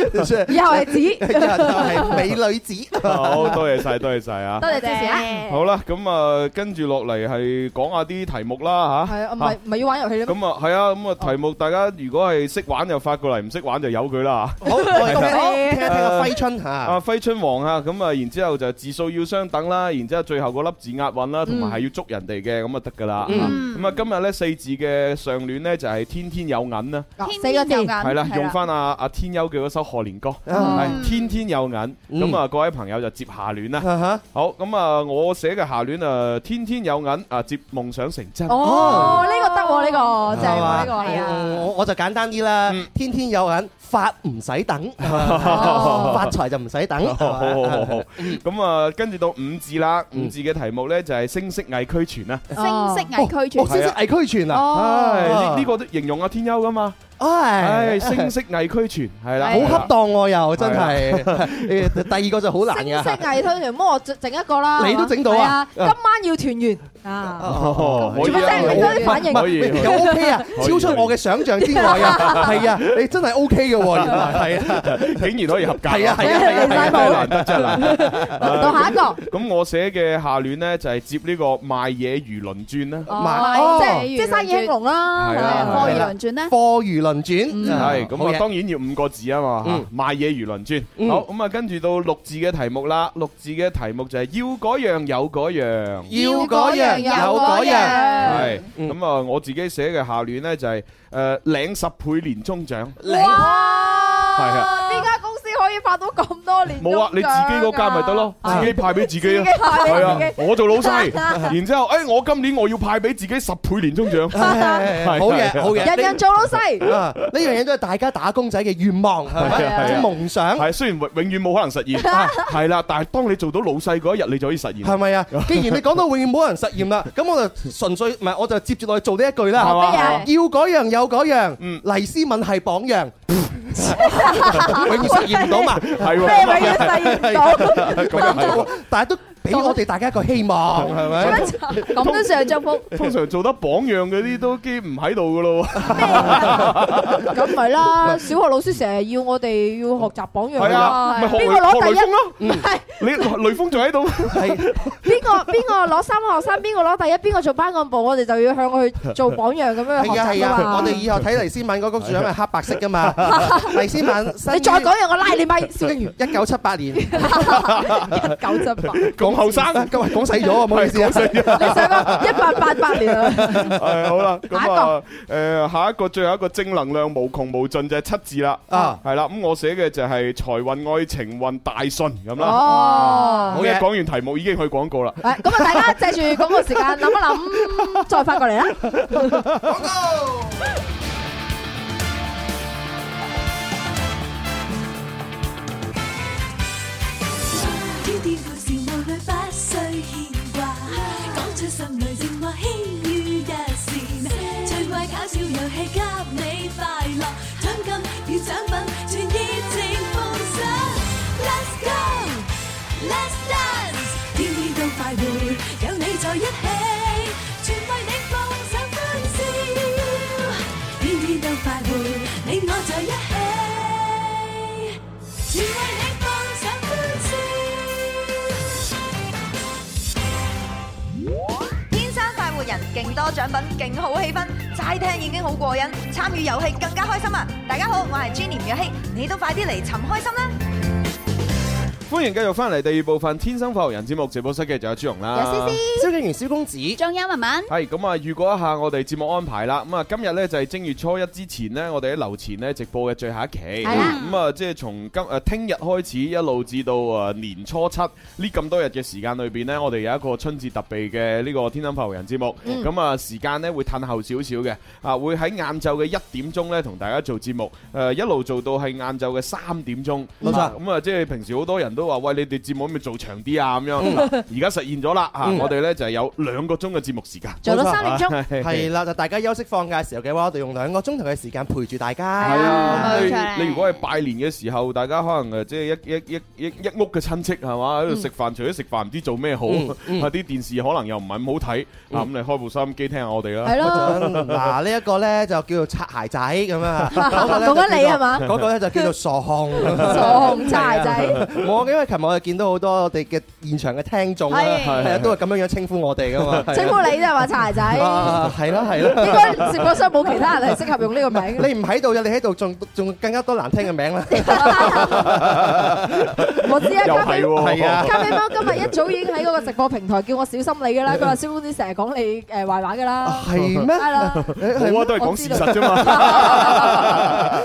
Speaker 4: 以後係紙
Speaker 5: 以後就係美女子。
Speaker 3: 好多謝晒，多謝晒啊！
Speaker 4: 多謝支持啊！
Speaker 3: 好啦，咁啊，跟住落嚟係講下啲題目啦吓。
Speaker 4: 係啊，唔
Speaker 3: 嚇
Speaker 4: 係唔係要玩遊戲咧咩？
Speaker 3: 咁啊，係啊，咁啊，題目大家如果係識玩就發過嚟，唔識玩就由佢啦嚇
Speaker 5: 好，我哋聽
Speaker 4: 係
Speaker 5: 聽一聽阿揮春嚇
Speaker 3: 阿。揮春王啊，咁啊，然之後就字數要相等啦，然之後最後嗰粒字押韻啦，同埋係要捉人哋嘅，咁啊得噶啦。咁啊，今日呢四字嘅上聯呢，就係天天有銀啦，
Speaker 4: 啊
Speaker 6: 天
Speaker 4: 四個
Speaker 6: 天有
Speaker 4: 字
Speaker 6: 眼，
Speaker 3: 嗯係啦，嗯
Speaker 6: 係
Speaker 3: 用翻阿阿天優嘅嗰首《賀年歌》，
Speaker 5: 啊
Speaker 3: 係天天有銀。咁啊，各位朋友就接下聯啦。
Speaker 5: 啊哈
Speaker 3: 好，咁啊，我寫嘅下聯啊，天天有銀啊，接夢想成真。
Speaker 4: 哦，呢個得喎，呢個正
Speaker 5: 係
Speaker 4: 喎，
Speaker 5: 嘛
Speaker 4: 呢個係
Speaker 5: 我
Speaker 4: 啊。
Speaker 5: 我我就簡單啲啦
Speaker 3: 嗯，
Speaker 5: 天天有眼，發唔使等，
Speaker 4: 哦
Speaker 5: 發財就唔使等。
Speaker 3: 好好好好
Speaker 5: 係
Speaker 3: 好
Speaker 5: 嘛，
Speaker 3: 咁啊，跟住到五字啦，五字嘅題目呢，就係聲色藝俱全啦。
Speaker 6: 聲色藝俱
Speaker 5: 哦
Speaker 6: 全。
Speaker 5: 聲色藝俱全啊！
Speaker 3: 唉，
Speaker 6: 哦，
Speaker 3: 呢呢個都形容阿天優噶嘛，唉，
Speaker 5: 唉，
Speaker 3: 聲色藝俱全，係啦，
Speaker 5: 好恰當喎又真係。誒第二個就好難
Speaker 4: 星星
Speaker 5: 㗎。
Speaker 4: 藝推全，幫我整一個啦。
Speaker 5: 你都整到啊
Speaker 4: 係今晚要團圓啊！
Speaker 3: 哦，可
Speaker 4: 做
Speaker 3: 以
Speaker 4: 乜
Speaker 3: 啊
Speaker 4: 啫？
Speaker 3: 可
Speaker 4: 你
Speaker 3: 以
Speaker 4: 嗰啲反應
Speaker 3: 可以可以
Speaker 5: 又 OK 啊，
Speaker 3: 可以
Speaker 5: 超出我嘅想象之外 啊，係啊，你真係 OK 嘅喎，原來係啊，
Speaker 3: 竟然可以合格，
Speaker 5: 係啊係啊
Speaker 4: 係啊
Speaker 3: 真係難得真係難得。
Speaker 4: 到下一個，
Speaker 3: 咁我寫嘅下聯呢，就係接呢個賣嘢如輪轉啦，
Speaker 5: 麻
Speaker 4: 哦
Speaker 5: 哦
Speaker 4: 即係即係生意興隆啦，
Speaker 3: 係
Speaker 4: 係
Speaker 3: 啦
Speaker 4: 啊
Speaker 6: 貨
Speaker 3: 係
Speaker 6: 如
Speaker 3: 啦
Speaker 6: 輪轉咧，
Speaker 5: 貨如輪轉，
Speaker 3: 係
Speaker 5: 好
Speaker 3: 咁
Speaker 5: 嘢
Speaker 3: 啊，當然要五個字啊嘛
Speaker 5: 嗯，
Speaker 3: 賣嘢如輪轉。
Speaker 5: 嗯
Speaker 3: 好咁啊，跟住到六字嘅題目啦，六字嘅題目就係要嗰樣有嗰樣。
Speaker 5: 要嗰樣有嗰樣，
Speaker 4: 樣。
Speaker 3: 係
Speaker 5: 嗯
Speaker 3: 咁啊！我自己寫嘅下聯呢，就係誒領十倍年終獎，
Speaker 4: 哇！
Speaker 3: 係
Speaker 4: 啊！呢間公司可以發到咁多年
Speaker 3: 冇啊！你自己嗰間咪得咯，自己派俾自己啊，係啊！我做老 細，然之後誒我今年我要派俾自己十倍年終獎，
Speaker 5: 唉
Speaker 3: 係
Speaker 5: 好嘢好嘢，
Speaker 4: 人人做老細，
Speaker 5: 啊！呢樣嘢都係大家打工仔嘅願望，係
Speaker 3: 係啊
Speaker 5: 咪？即
Speaker 3: 係啊
Speaker 5: 係夢想，
Speaker 3: 係雖然永永遠冇可能 實現，係啦，但係當你做到老細嗰一日，你就可以實現，
Speaker 5: 係咪啊？既然你講到永遠冇人實驗啦，咁我就純粹唔係，我就接住落去做呢一句啦。
Speaker 3: 係嘛
Speaker 4: 乜嘢
Speaker 5: 要嗰樣有嗰樣，
Speaker 3: 嗯
Speaker 5: 黎思敏係榜 樣，永遠實現唔到嘛。
Speaker 3: 係
Speaker 4: 咩
Speaker 3: 喎，
Speaker 4: 永遠實現唔到？
Speaker 3: 咁又係喎。
Speaker 5: 但係都俾我哋大家一 個希望，係咪？
Speaker 6: 咁都算係祝福。
Speaker 3: 通常做得榜樣嗰啲都基唔喺度噶咯喎，
Speaker 4: 咁唔係啦，小學老師成日要我哋要學習榜樣㗎
Speaker 3: 係啊，咪
Speaker 4: 嘛，
Speaker 3: 學
Speaker 4: 邊
Speaker 3: 雷
Speaker 4: 個攞
Speaker 3: 學
Speaker 4: 第
Speaker 3: 雷
Speaker 4: 一
Speaker 3: 鋒？咯，
Speaker 4: 唔係
Speaker 3: 你雷鋒仲喺度，
Speaker 5: 係
Speaker 4: 邊個邊個攞三個學生，邊個攞第一，邊個做班幹部，我哋就要向佢做榜樣咁樣去
Speaker 5: 係
Speaker 4: 學習
Speaker 5: 啊係
Speaker 4: 㗎
Speaker 5: 啊！
Speaker 4: 嘛
Speaker 5: 我哋。以後睇黎思敏嗰 個獎係黑白色噶嘛，黎思敏
Speaker 4: 你再講嘢，我拉你咪，蕭 敬元
Speaker 5: 一九七八年，
Speaker 4: 一九七八，
Speaker 3: 講後生，
Speaker 5: 今日 講細咗啊，唔好意 思啊。
Speaker 4: 你想講一八八八年啊？
Speaker 3: 係哎好啦，咁啊，誒下一個最後一個正能量無窮無盡就係七字啦，
Speaker 5: 啊
Speaker 3: 係啦，咁我寫嘅就係財運愛情運大順咁啦。
Speaker 4: 哦
Speaker 3: 好。嘅，講完題目已經去廣告啦。
Speaker 4: 喂咁啊，大家借住嗰個時間諗一諗，再發過嚟啦。
Speaker 7: 天天故事無慮不需牽掛，講出心裏情話輕於一線，趣怪搞笑遊戲給你快樂，獎金與獎品全熱情奉上。Let's go，Let's dance，天天都快活，有你在一起，全為你放上歡笑，天天都快活，你我在一起。全為你放上歡笑。
Speaker 10: 天生快活人，勁多獎品，勁好氣氛，齋聽已經好過癮，參與遊戲更加開心啊！大家好，我係 Jenny 吳若希，你都快啲嚟尋開心啦！
Speaker 3: 歡迎繼續翻嚟第二部分《天生發育人》節目直播室嘅就有朱容啦。
Speaker 6: 有思思
Speaker 5: 蕭敬元、蕭公子，係
Speaker 6: 仲有文文，
Speaker 3: 係咁啊！預告一下我哋節目安排啦。咁啊，今日呢就係正月初一之前呢，我哋喺樓前呢直播嘅最後一期。
Speaker 6: 係啦
Speaker 3: 咁啊，即係從今誒聽日開始一路至到啊年初七呢咁多日嘅時間裏邊呢，我哋有一個春節特備嘅呢個天生發福人節目。
Speaker 6: 嗯
Speaker 3: 咁啊，時間呢會褪後少少嘅，啊會喺晏晝嘅一點鐘呢呃同大家做節目，誒一路做到係晏晝嘅三點鐘。
Speaker 5: 冇錯
Speaker 3: 啊咁啊，即係平時好多人都都話：喂，你哋節目可唔可以做長啲啊？咁樣
Speaker 5: 嗯
Speaker 3: 嗱而家實現咗啦嚇，
Speaker 5: 嗯
Speaker 3: 我哋咧就係有兩個鐘嘅節目時間，
Speaker 5: 係啊啦，就大家休息放假嘅時候嘅話，我哋用兩個鐘頭嘅時間陪住大
Speaker 3: 係
Speaker 5: 家。
Speaker 3: 啊，你你如果係拜年嘅時候，大家可能誒即係一一一一一屋嘅親戚係嘛喺度食飯，除咗食飯唔知做咩好，
Speaker 5: 嗯嗯
Speaker 3: 啊啲電視可能又唔係咁好睇，啊咁你開部收音機聽下我哋啦。
Speaker 5: 嗱，呢一個咧就叫做擦鞋仔 咁啊，呢
Speaker 4: 講緊你
Speaker 5: 就叫做
Speaker 4: 係嘛
Speaker 5: 嗰個咧就叫做傻紅，
Speaker 4: 傻紅擦鞋仔
Speaker 5: 係啊。我因為琴日我哋見到好多我哋嘅現場嘅聽眾啦，
Speaker 4: 係
Speaker 5: 係啊，都係咁樣樣稱呼我哋噶嘛。
Speaker 4: 稱呼你都係話柴仔，
Speaker 5: 啊，係啦係啦。
Speaker 4: 應該直播室冇其他人係適合用呢個名嘅。
Speaker 5: 你唔喺度嘅，你喺度仲仲更加多難聽 嘅名啦。
Speaker 4: 我知啊，
Speaker 5: 又
Speaker 4: 咖啡
Speaker 5: 係喎係啊
Speaker 4: 咖啡貓今日一早已經喺嗰個直播平台叫我小心你㗎啦，佢話蕭公子成日講你誒壞話㗎啦，
Speaker 5: 係咩
Speaker 4: 係啦，
Speaker 3: 冇啊，都係講事實啫嘛。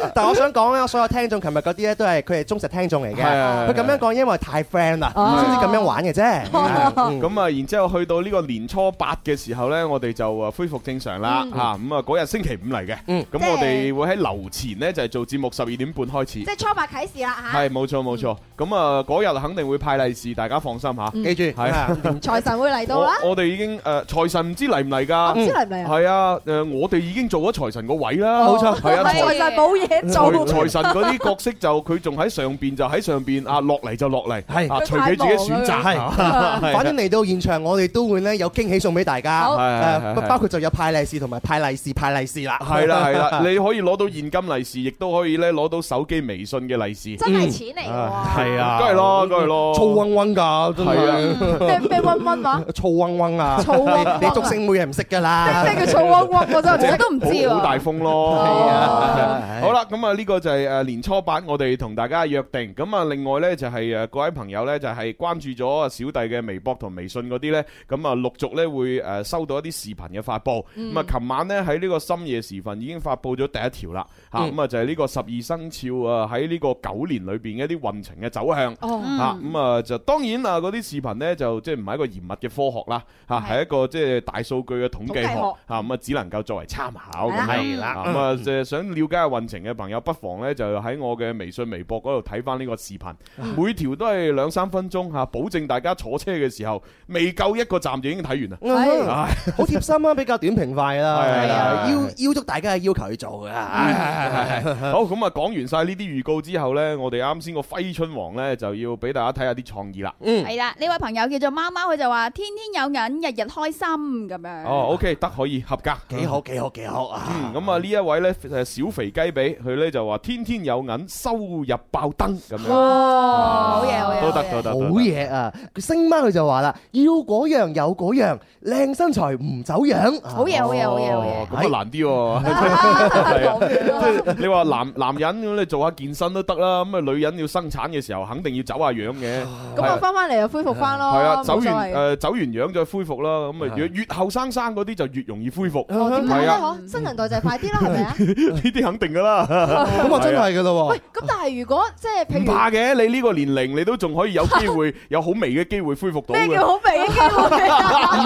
Speaker 5: 但我想講咧，所有聽眾琴日嗰啲咧都係佢係忠實聽眾嚟嘅。
Speaker 3: 係係係
Speaker 5: 佢咁樣講，因為太 friend 啦，
Speaker 3: 哦
Speaker 5: 先至咁樣 玩嘅啫。
Speaker 4: 嗯
Speaker 3: 咁啊，然之後去到呢個年初八嘅時候呢，我哋就啊恢復正常啦
Speaker 10: 嗯
Speaker 3: 嚇。咁啊，嗰日星期五嚟嘅，
Speaker 4: 嗯
Speaker 3: 咁我哋會喺樓前呢，就係做節目十二點半開始。
Speaker 4: 即係啊初八啟示啦嚇。
Speaker 3: 係冇錯冇錯，咁啊嗰日肯定會派利是，大家放心嚇。
Speaker 4: 嗯
Speaker 5: 記住
Speaker 3: 係。
Speaker 4: 財神會嚟到啦。
Speaker 3: 我我哋已經誒財神唔知嚟唔嚟㗎？
Speaker 4: 唔知嚟唔嚟啊
Speaker 3: 係啊，誒我哋已經做咗財神個位啦，
Speaker 4: 哦
Speaker 3: 係啊，
Speaker 4: 財神冇嘢
Speaker 3: 財
Speaker 4: 做，
Speaker 3: 財神嗰啲角色就佢仲喺上邊就喺上邊啊，落嚟就落嚟，係啊，
Speaker 5: 佢
Speaker 3: 隨佢自己選擇，
Speaker 5: 係
Speaker 3: 啊 係
Speaker 5: 反正嚟到現場，我哋都會咧有驚喜送俾大家，
Speaker 3: 好係係
Speaker 5: 誒
Speaker 3: 係
Speaker 5: 包
Speaker 3: 係
Speaker 5: 包括就有派利是同埋派利是派利是啦，
Speaker 3: 係 啦係啦，你可以攞到現金利是，亦都可以咧攞到手機微信嘅利是，
Speaker 4: 真係錢嚟㗎喎
Speaker 3: 係啊，梗係咯，梗係咯，
Speaker 5: 燥嗡嗡㗎，真
Speaker 3: 啊
Speaker 4: 咩
Speaker 5: 係
Speaker 4: 咩温温話？
Speaker 5: 燥嗡嗡啊！
Speaker 4: 燥嗡嗡啊
Speaker 5: 你你竹星妹係唔識 㗎啦，
Speaker 4: 咩叫燥嗡嗡？我真係我都唔知
Speaker 3: 好好大
Speaker 4: 喎。
Speaker 3: 風咯，
Speaker 4: 係
Speaker 5: 啊
Speaker 3: 好啦，咁啊呢個就係誒年初八我哋同大家約定，咁啊另外呢，就係誒各位朋友呢，就係關注咗啊小弟嘅微博同微信嗰啲呢，咁啊陸續呢會誒收到一啲視頻嘅發布，
Speaker 11: 嗯
Speaker 3: 咁啊琴晚呢，喺呢個深夜時分已經發布咗第一條啦，嚇
Speaker 11: 嗯
Speaker 3: 咁啊就係呢個十二生肖啊喺呢個九年裏邊嘅一啲運程嘅走向，
Speaker 11: 哦
Speaker 3: 嚇咁啊就當然啊嗰啲視頻呢，就即係唔係一個嚴密嘅科學啦，嚇係一個即係大數據嘅統計
Speaker 11: 統計學
Speaker 3: 學嚇咁啊只能夠作為參考咁樣
Speaker 11: 係啦
Speaker 3: 啊咁啊就係想了解下運程嘅朋友，不妨呢就喺我嘅微信、微博嗰度睇翻呢個視頻，每條都係兩三分鐘嚇，保證大家坐車嘅時候未夠一個站就已經睇完啦。唉
Speaker 5: 好貼心啊，比較短平快啦，
Speaker 3: 係啊
Speaker 5: 要要足大家嘅要求去做
Speaker 3: 係係
Speaker 5: 㗎。
Speaker 3: 係好咁啊！講完晒呢啲預告之後呢，我哋啱先個揮春王呢就要俾大家睇下啲創意啦。
Speaker 5: 嗯
Speaker 6: 係啦，呢位朋友叫做貓貓，佢就話天天有銀，日日開心咁樣。
Speaker 3: 哦，OK，得可以合格，
Speaker 5: 幾好幾好幾好啊！
Speaker 3: 嗯，咁啊呢一位咧誒小肥雞髀，佢咧就話天天有銀，收入爆燈咁樣。
Speaker 5: 哇
Speaker 6: 好嘢好嘢
Speaker 3: 都得都得
Speaker 5: 好
Speaker 3: 都得
Speaker 5: 嘢啊！佢星媽佢就話啦，要嗰樣有嗰樣，靚身材唔走樣。
Speaker 6: 好嘢好嘢好嘢好嘢
Speaker 3: 哦咁啊難啲喎，
Speaker 6: Ờ.
Speaker 3: 係啊即係你話男男人咁你做下健身都得啦，咁啊女人要生產嘅時候肯定要走下樣嘅。
Speaker 4: 咁我翻翻嚟又恢復翻咯，
Speaker 3: 係啊，走
Speaker 4: 冇所
Speaker 3: 完
Speaker 4: 謂。
Speaker 3: 誒走完樣再恢復啦，咁啊越越後生生嗰啲就越容易恢復。
Speaker 4: 哦點解
Speaker 3: 係
Speaker 4: 咧？
Speaker 3: 啊，
Speaker 4: 嗬，新人代就係快啲啦，係咪啊？
Speaker 3: 呢啲肯定噶啦。
Speaker 5: 咁啊真係㗎咯喎。
Speaker 4: 咁但係如果即係譬
Speaker 3: 唔
Speaker 4: 如
Speaker 3: 怕嘅，你呢個年齡你都仲可以有機會，有好微嘅機會恢復到嘅。
Speaker 4: 咩叫好味嘅 機會
Speaker 5: 唔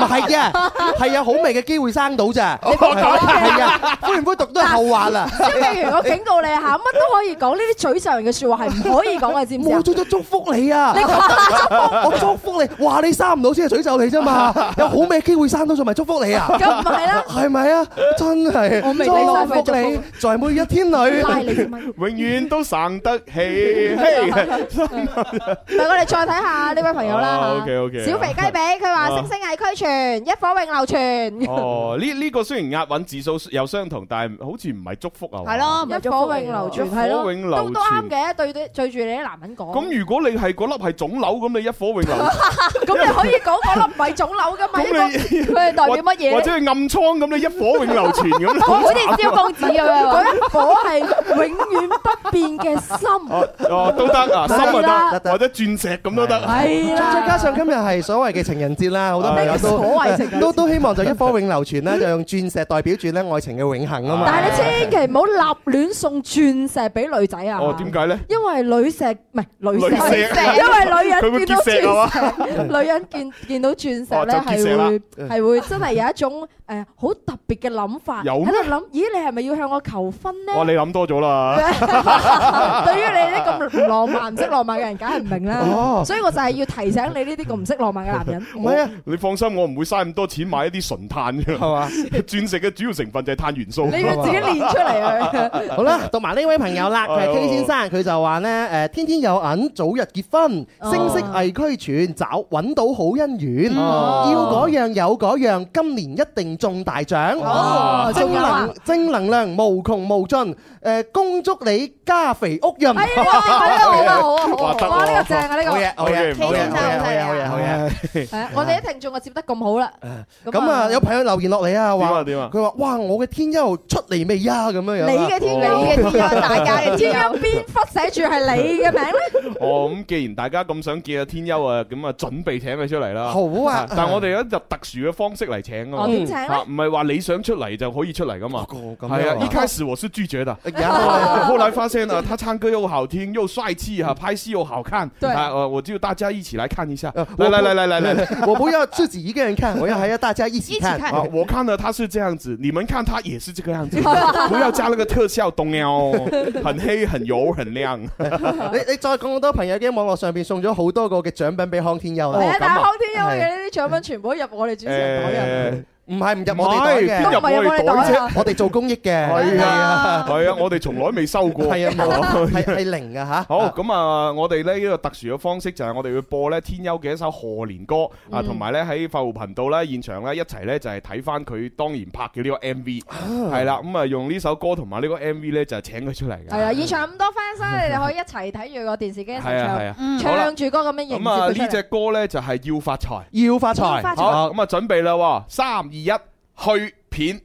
Speaker 5: 係啊，係有好味嘅機會生 到咋。
Speaker 4: 你講啦
Speaker 5: 係啊，灰唔灰讀都係後話啦。
Speaker 4: 即係譬如我警告你嚇，乜都可以講，呢啲沮喪人嘅説話係唔可以講嘅，知唔知啊
Speaker 5: 我？做咗祝福你啊！
Speaker 4: 你講啦
Speaker 5: 我祝福你，話你生唔到先係詛咒你啫 嘛。有好味嘅機會生到，仲咪祝福你啊？
Speaker 4: 咁唔係啦
Speaker 5: 係咪啊？真係，
Speaker 4: 我未
Speaker 5: 祝
Speaker 4: 你生咪祝
Speaker 5: 福
Speaker 4: 福
Speaker 5: 你，在每一天裏。
Speaker 4: 拉你
Speaker 3: 永遠都生得起。嘿
Speaker 4: 唔係，我哋再睇下呢位朋友啦
Speaker 3: 哦，OK，OK
Speaker 4: 小肥雞髀佢話
Speaker 3: 啊
Speaker 4: 星星係俱全，一火永流 傳。
Speaker 3: 哦，呢呢個雖然押韻字數有相同，但係好似唔係祝福啊。
Speaker 4: 係
Speaker 6: Ờ,
Speaker 4: 咯，一火永流傳係
Speaker 3: 一火永流
Speaker 4: 咯，
Speaker 3: 傳
Speaker 4: 都都啱嘅，對對對住你啲男人講。
Speaker 3: 咁如果你係嗰粒係腫瘤，咁你一火永流。
Speaker 4: 咁 你可以講嗰粒唔係腫瘤噶嘛？呢個佢係代表乜 嘢？
Speaker 3: 或者係暗瘡咁，你一火永流傳咁 樣。
Speaker 4: 好似蕭公子咁樣，
Speaker 3: 嗰
Speaker 4: 嗰一火係永遠不變嘅
Speaker 3: Ờ.
Speaker 4: 心。
Speaker 3: 哦，都得啊，心
Speaker 4: 係
Speaker 3: 啊
Speaker 4: 啦
Speaker 3: 得，或者鑽石咁都得。
Speaker 4: 係啊啦
Speaker 5: 再加上今日係所謂嘅情人節啦，好
Speaker 4: Ờ,
Speaker 5: 多朋友
Speaker 4: 咩叫所謂情人節
Speaker 5: 都 都都希望就一顆永流傳啦，就用鑽石代表住咧愛情嘅永恆啊嘛。
Speaker 4: 但係你千祈唔好立亂送鑽石俾女仔啊！
Speaker 3: 哦，點解咧？
Speaker 4: 因為女石唔係女
Speaker 3: 女
Speaker 4: 石，
Speaker 3: 石
Speaker 4: 因為女人見到
Speaker 3: 佢會
Speaker 4: 鑽
Speaker 3: 結
Speaker 4: 石，女人見見到鑽
Speaker 3: 哦
Speaker 4: 石
Speaker 3: 就
Speaker 4: 咧
Speaker 3: 結石
Speaker 4: 係
Speaker 3: 啦
Speaker 4: 會係會真係有一種誒好特別嘅諗法，
Speaker 3: 有
Speaker 4: 喺
Speaker 3: 咩
Speaker 4: 度諗，咦你係咪要向我求婚咧？
Speaker 3: 哦，你諗多咗到啦。
Speaker 4: 對於你呢咁唔浪漫、唔識浪漫嘅人，梗係唔明啦。所以我就係要提醒你呢啲咁唔識浪漫嘅男人。
Speaker 3: 唔係啊， 你放心，我唔會嘥咁多錢買一啲純碳嘅，係
Speaker 5: 嘛？
Speaker 3: 鑽石嘅主要成分就係碳元 素。
Speaker 4: 你要自己練出嚟啊
Speaker 5: 好啦，讀埋呢位朋友啦，佢係 K 先生，佢就話呢：「誒天天有銀，早日結婚，
Speaker 4: 哦
Speaker 5: 聲色藝俱全，找揾到好姻緣，
Speaker 4: 哦
Speaker 5: 要嗰樣有嗰樣，今年一定中大
Speaker 4: 哦
Speaker 5: 獎，正
Speaker 4: 仲有啊
Speaker 5: 能正能量無窮無盡，誒恭祝你家肥屋潤。
Speaker 4: 哎呀好啊好啊好啊
Speaker 5: 哇得喎
Speaker 4: 哇呢個正啊呢個
Speaker 5: 好嘢好嘢
Speaker 4: K
Speaker 5: 好嘢
Speaker 4: 先生
Speaker 5: 好嘢
Speaker 4: 好
Speaker 5: 好
Speaker 4: 嘢
Speaker 5: 嘢好嘢好嘢
Speaker 4: 係啊，我哋啲聽眾啊接得咁好啦，
Speaker 5: 咁啊，有朋友留言落嚟啊，話
Speaker 3: 點啊
Speaker 5: 佢話：哇，我嘅天優出嚟未呀？咁樣樣啊。
Speaker 4: 你嘅天優
Speaker 5: 哦
Speaker 4: 你嘅天優大家嘅天優邊忽寫住係你嘅名咧？
Speaker 3: 哦，咁既然大家咁想見阿天優啊，咁啊準備請佢出嚟啦。
Speaker 5: 好啊
Speaker 3: 但係我哋有一就特殊嘅方式嚟請啊嘛。
Speaker 5: 哦點請咧
Speaker 3: 啊唔係話你想出嚟就可以出嚟噶嘛。
Speaker 5: 樣啊哦
Speaker 3: 係啊，一開始我是拒絕的。
Speaker 5: 呀
Speaker 3: 後來發現啊，他唱歌又好聽又帥氣哈，拍戲又好看。
Speaker 5: 對呃
Speaker 3: 啊，呃我就大家一起來看一下。
Speaker 5: 我
Speaker 3: 來
Speaker 5: 不
Speaker 3: 來來來來 來，
Speaker 5: 我不要自己一個人看，我要还要大家一起看。
Speaker 3: 啊我看呢他是這樣子，你們看他也是這個樣 子，不要加那個特效，懂了？很黑、很油、很亮。
Speaker 5: 你你再講咁多朋友已經網絡上邊送咗好多個嘅獎品俾康天庥啦。
Speaker 4: 係啊，但係康天優嘅呢啲獎品全部都入我哋主持人袋入。
Speaker 3: 誒，
Speaker 5: 唔係唔入我哋袋嘅，
Speaker 3: 哎唔係邊入我哋袋啫
Speaker 5: 我哋做公益嘅，
Speaker 3: 係
Speaker 6: Ờ.
Speaker 3: 啊，係啊，我哋從來未收過。
Speaker 5: 係啊，冇係係零嘅吓。
Speaker 3: 好咁啊！我哋呢呢個特殊嘅方式就係我哋會播咧天優嘅一首賀年歌啊，
Speaker 5: 嗯
Speaker 3: 同埋咧喺快活頻道咧現場咧一齊咧就係睇翻佢當年拍嘅呢個 M V 係啦，咁啊用呢首歌同埋呢個 M V 咧就係請佢出嚟嘅。
Speaker 4: 係啊，現場咁多 fans 咧，你哋可以一齊睇住個電視機一齊
Speaker 3: 係啊係啊
Speaker 4: 唱，
Speaker 3: 好啦
Speaker 4: 唱住歌咁樣迎接
Speaker 3: 咁啊
Speaker 4: 佢出
Speaker 3: 呢
Speaker 4: 嚟
Speaker 3: 隻歌咧就係要發財，
Speaker 5: 要發財要發財
Speaker 3: 好咁啊準備啦喎，三二一，去片。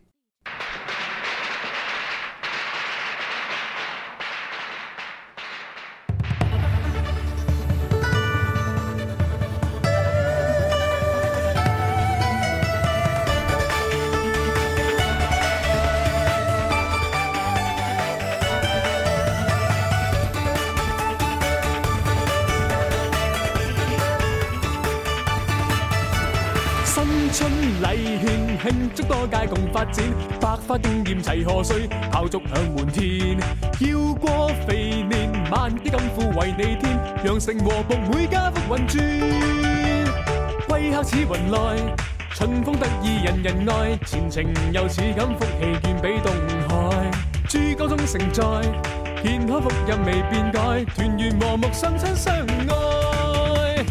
Speaker 12: 新春禮券慶祝多界共發展，百花經驗齊賀歲，炮竹響滿天。要過肥年，萬啲金庫為你添，羊城和睦每家福運轉。貴客似雲來，春風得意人人愛，前程又似錦，福氣願比東海。珠江中盛載，健康福音未變改，團圓和睦相親相愛。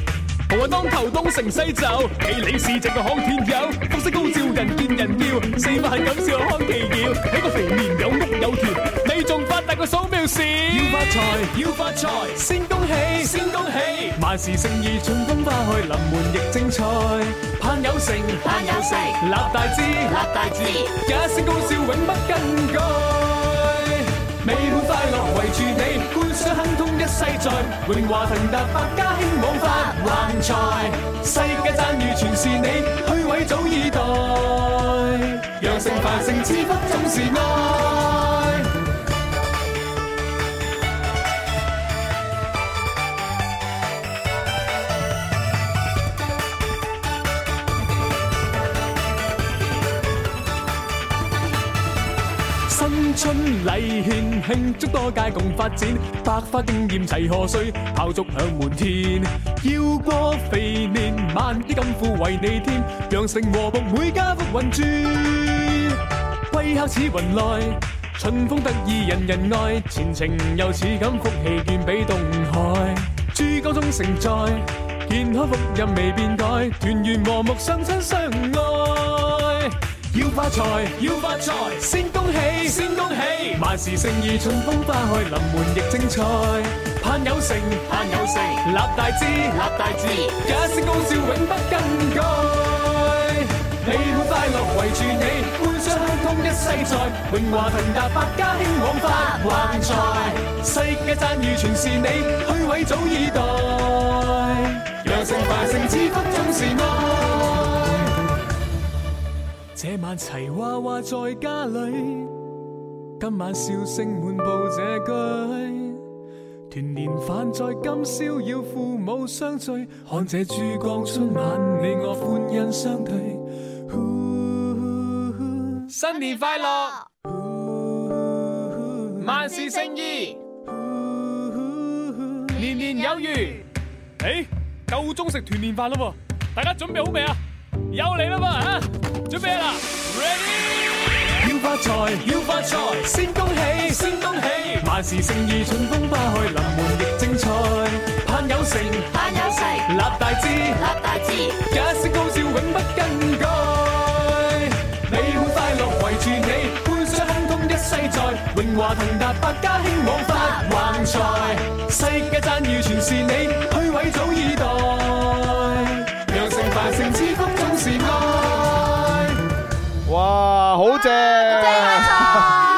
Speaker 12: 好運當頭東成西就，企理市政嘅康天庥，福星高照人見人要，四百係咁笑康其耀，喺個肥年有屋有田，你仲發達過數秒時，要發財要發財，先恭喜先恭喜，萬事勝意春風花開，臨門亦精彩，盼有成盼有成，立大志立大志，一聲高笑永不更改。美滿快樂圍住你，官商亨通一世在，榮華騰達百家興旺發橫財，世界讚譽全是你，虛位早已待，羊城繁盛之福總是愛。新春禮獻慶祝多界共發展，百花經驗齊賀歲，炮竹響滿天。要過肥年，萬啲金庫為你添，羊城和睦每家福運轉。貴客似雲來，春風得意人人愛，前程又似錦，福氣願比東海。珠江中盛載，健康福音未變改，團圓和睦相親相愛。要發財，要發財，先恭喜，先恭喜，萬事勝意，春風花開，臨門亦精彩。盼有成，盼有成，立大志，立大志，一聲高笑永不更改。美滿快樂圍住你，官商亨通一世在，榮華騰達百家興旺發橫財，世界讚譽全是你，虛位早已待，羊城繁盛之福總是愛。這晚齊娃娃在家裏，今晚笑聲滿布這句。團年飯在今宵要父母相聚，看這珠江春晚，你我歡欣相對。呼新年快樂！
Speaker 13: 萬事勝意，年年有餘。誒，夠鐘食團年飯啦喎，大家準備好未啊？有嚟啦嘛嚇，準備啦，ready！要發財，要發財，先恭喜，先恭喜，萬事勝意，春風花開，臨門亦精彩，盼有成，盼有成，立大志，立大志，一聲高笑永不更改。美滿快樂圍住你，歡笑空空一世在，榮華騰達百家興旺發橫財，世界讚譽全是你，虛位早已待，羊城繁盛之福總是愛。
Speaker 3: 哇，好正！
Speaker 6: 啊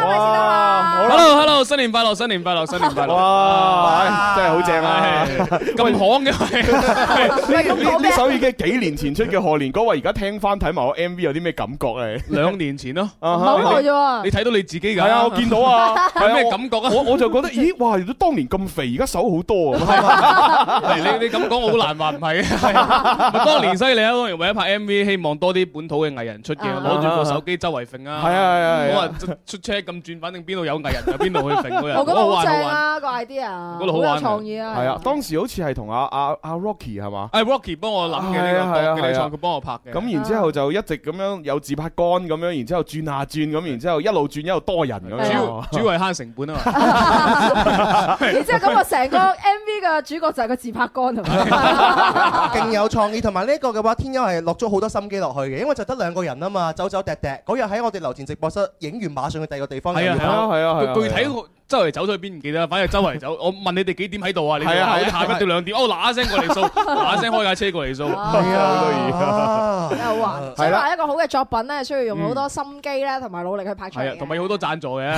Speaker 3: 哇
Speaker 13: Hello Hello，新年快樂，新年快樂，新年快樂！
Speaker 3: 哇，真係好正啊！
Speaker 13: 咁行嘅，
Speaker 3: 呢呢呢首已經係幾年前出嘅賀年歌，喂，而家聽翻睇埋我 MV 有啲咩感覺咧？
Speaker 13: 兩年前咯，
Speaker 3: 唔
Speaker 4: 好耐啫喎
Speaker 13: 你睇到你自己㗎？
Speaker 3: 係啊，我見到啊，係
Speaker 13: 有
Speaker 3: 啊
Speaker 13: 咩
Speaker 3: 我
Speaker 13: 感覺啊？
Speaker 3: 我我就覺得，咦，哇！都當年咁肥，而家瘦好多啊！
Speaker 13: 你你咁講我好難話唔係嘅，係啊咪當年犀利啊！當年為咗拍 MV，希望多啲本土嘅藝人出鏡，攞住部手機周圍揈啊！
Speaker 3: 係啊係啊係啊
Speaker 13: 我話出出車咁轉，反正邊度有藝人就邊度去揈嗰人，
Speaker 4: 我覺得
Speaker 13: 好
Speaker 4: 好
Speaker 13: 玩好
Speaker 4: 正
Speaker 13: 玩。
Speaker 4: 啊個 idea，好
Speaker 13: 覺得好玩
Speaker 4: 有創意啊！
Speaker 3: 係啊，當時好似係同阿阿阿 Rocky 係嘛？
Speaker 13: 係 Rocky 幫我諗嘅
Speaker 3: 係啊係啊
Speaker 13: 呢個檔嘅
Speaker 3: 係啊
Speaker 13: 創，佢幫我拍嘅。
Speaker 3: 咁然之後就一直咁樣有自拍杆咁樣，然之後轉下轉咁，然之後一路轉一路多人咁樣。
Speaker 13: 主要主要係慳成本啊嘛。
Speaker 4: 然之後咁我成個 MV 嘅主角就係個自拍杆係
Speaker 5: 勁有創意，同埋呢一個嘅話，天優係落咗好多心機落去嘅，因為就得兩個人啊嘛，走走趯趯。嗰日喺我哋樓前直播室影完，馬上去第二個地方。
Speaker 13: 係啊係啊
Speaker 3: 係啊係啊
Speaker 13: 具具體我周圍走咗去邊唔記得啦，反正周圍走。我問你哋幾點喺度啊？你哋
Speaker 3: 係啊
Speaker 13: 話
Speaker 3: 係啊
Speaker 13: 我下一到兩點，哦嗱一聲過嚟掃，嗱一聲開架車過嚟掃。
Speaker 4: 係
Speaker 3: 啊，
Speaker 4: 咪？有啊，所以話一個好嘅作品咧，需要用好多心機咧，同埋努力去拍出
Speaker 13: 係啊，
Speaker 4: 嚟嘅。
Speaker 13: 同埋有好多贊助嘅，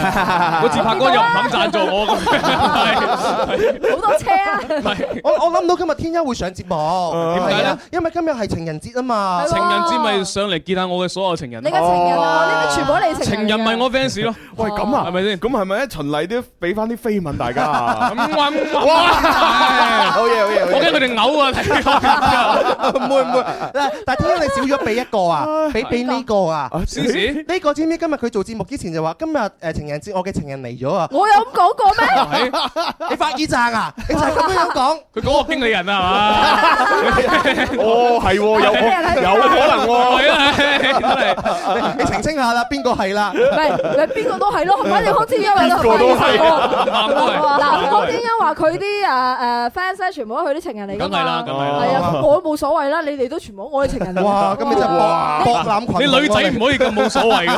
Speaker 13: 我自拍哥又唔肯贊助我咁樣，
Speaker 4: 好多車啊！
Speaker 5: 我我諗到今日天優會上節目，
Speaker 13: 點解
Speaker 5: 係
Speaker 13: 咧
Speaker 5: 啊？因為今日係情人節啊嘛，
Speaker 13: 情人節咪上嚟見下我嘅所有情人。
Speaker 4: 你嘅情人啊，呢啲全部都係你情
Speaker 13: 情
Speaker 4: 人。
Speaker 13: 人咪我 fans 咯。
Speaker 3: 喂，咁啊，係
Speaker 13: 咪先？
Speaker 3: 咁係咪一循例都俾翻啲飛吻大家 啊？
Speaker 13: 咁哇
Speaker 3: 好嘢好嘢！
Speaker 13: 我驚佢哋嘔啊！睇
Speaker 5: 唔會唔會，嗱但係點解你少咗俾一個啊？俾俾呢個啊？
Speaker 13: 先至
Speaker 5: 呢個知唔知今日佢做節目之前就話今日誒情人節我嘅情人嚟咗 啊？
Speaker 4: 我有咁講過咩？
Speaker 5: 你發耳贊啊？你就係咁樣講。
Speaker 13: 佢講我經理人啊係嘛？
Speaker 3: 哦，係喎，有有可能喎。
Speaker 13: 係啊，真係。
Speaker 5: 你澄清下啦，邊個係 啦？
Speaker 4: 唔係，咪邊個都係咯，反正康天欣
Speaker 5: 邊個都係
Speaker 13: 啱都係
Speaker 4: 嗱，康天欣話佢啲誒誒 fans 咧，全部都係佢啲情人嚟㗎
Speaker 13: 梗係啦
Speaker 4: 嘛。
Speaker 13: 梗係啦
Speaker 4: 係啊，咁我都冇所謂啦，你哋都全部我嘅情人嚟㗎。
Speaker 5: 哇！咁你真係博博覽群。啊
Speaker 13: 你女仔唔可以咁冇所謂㗎，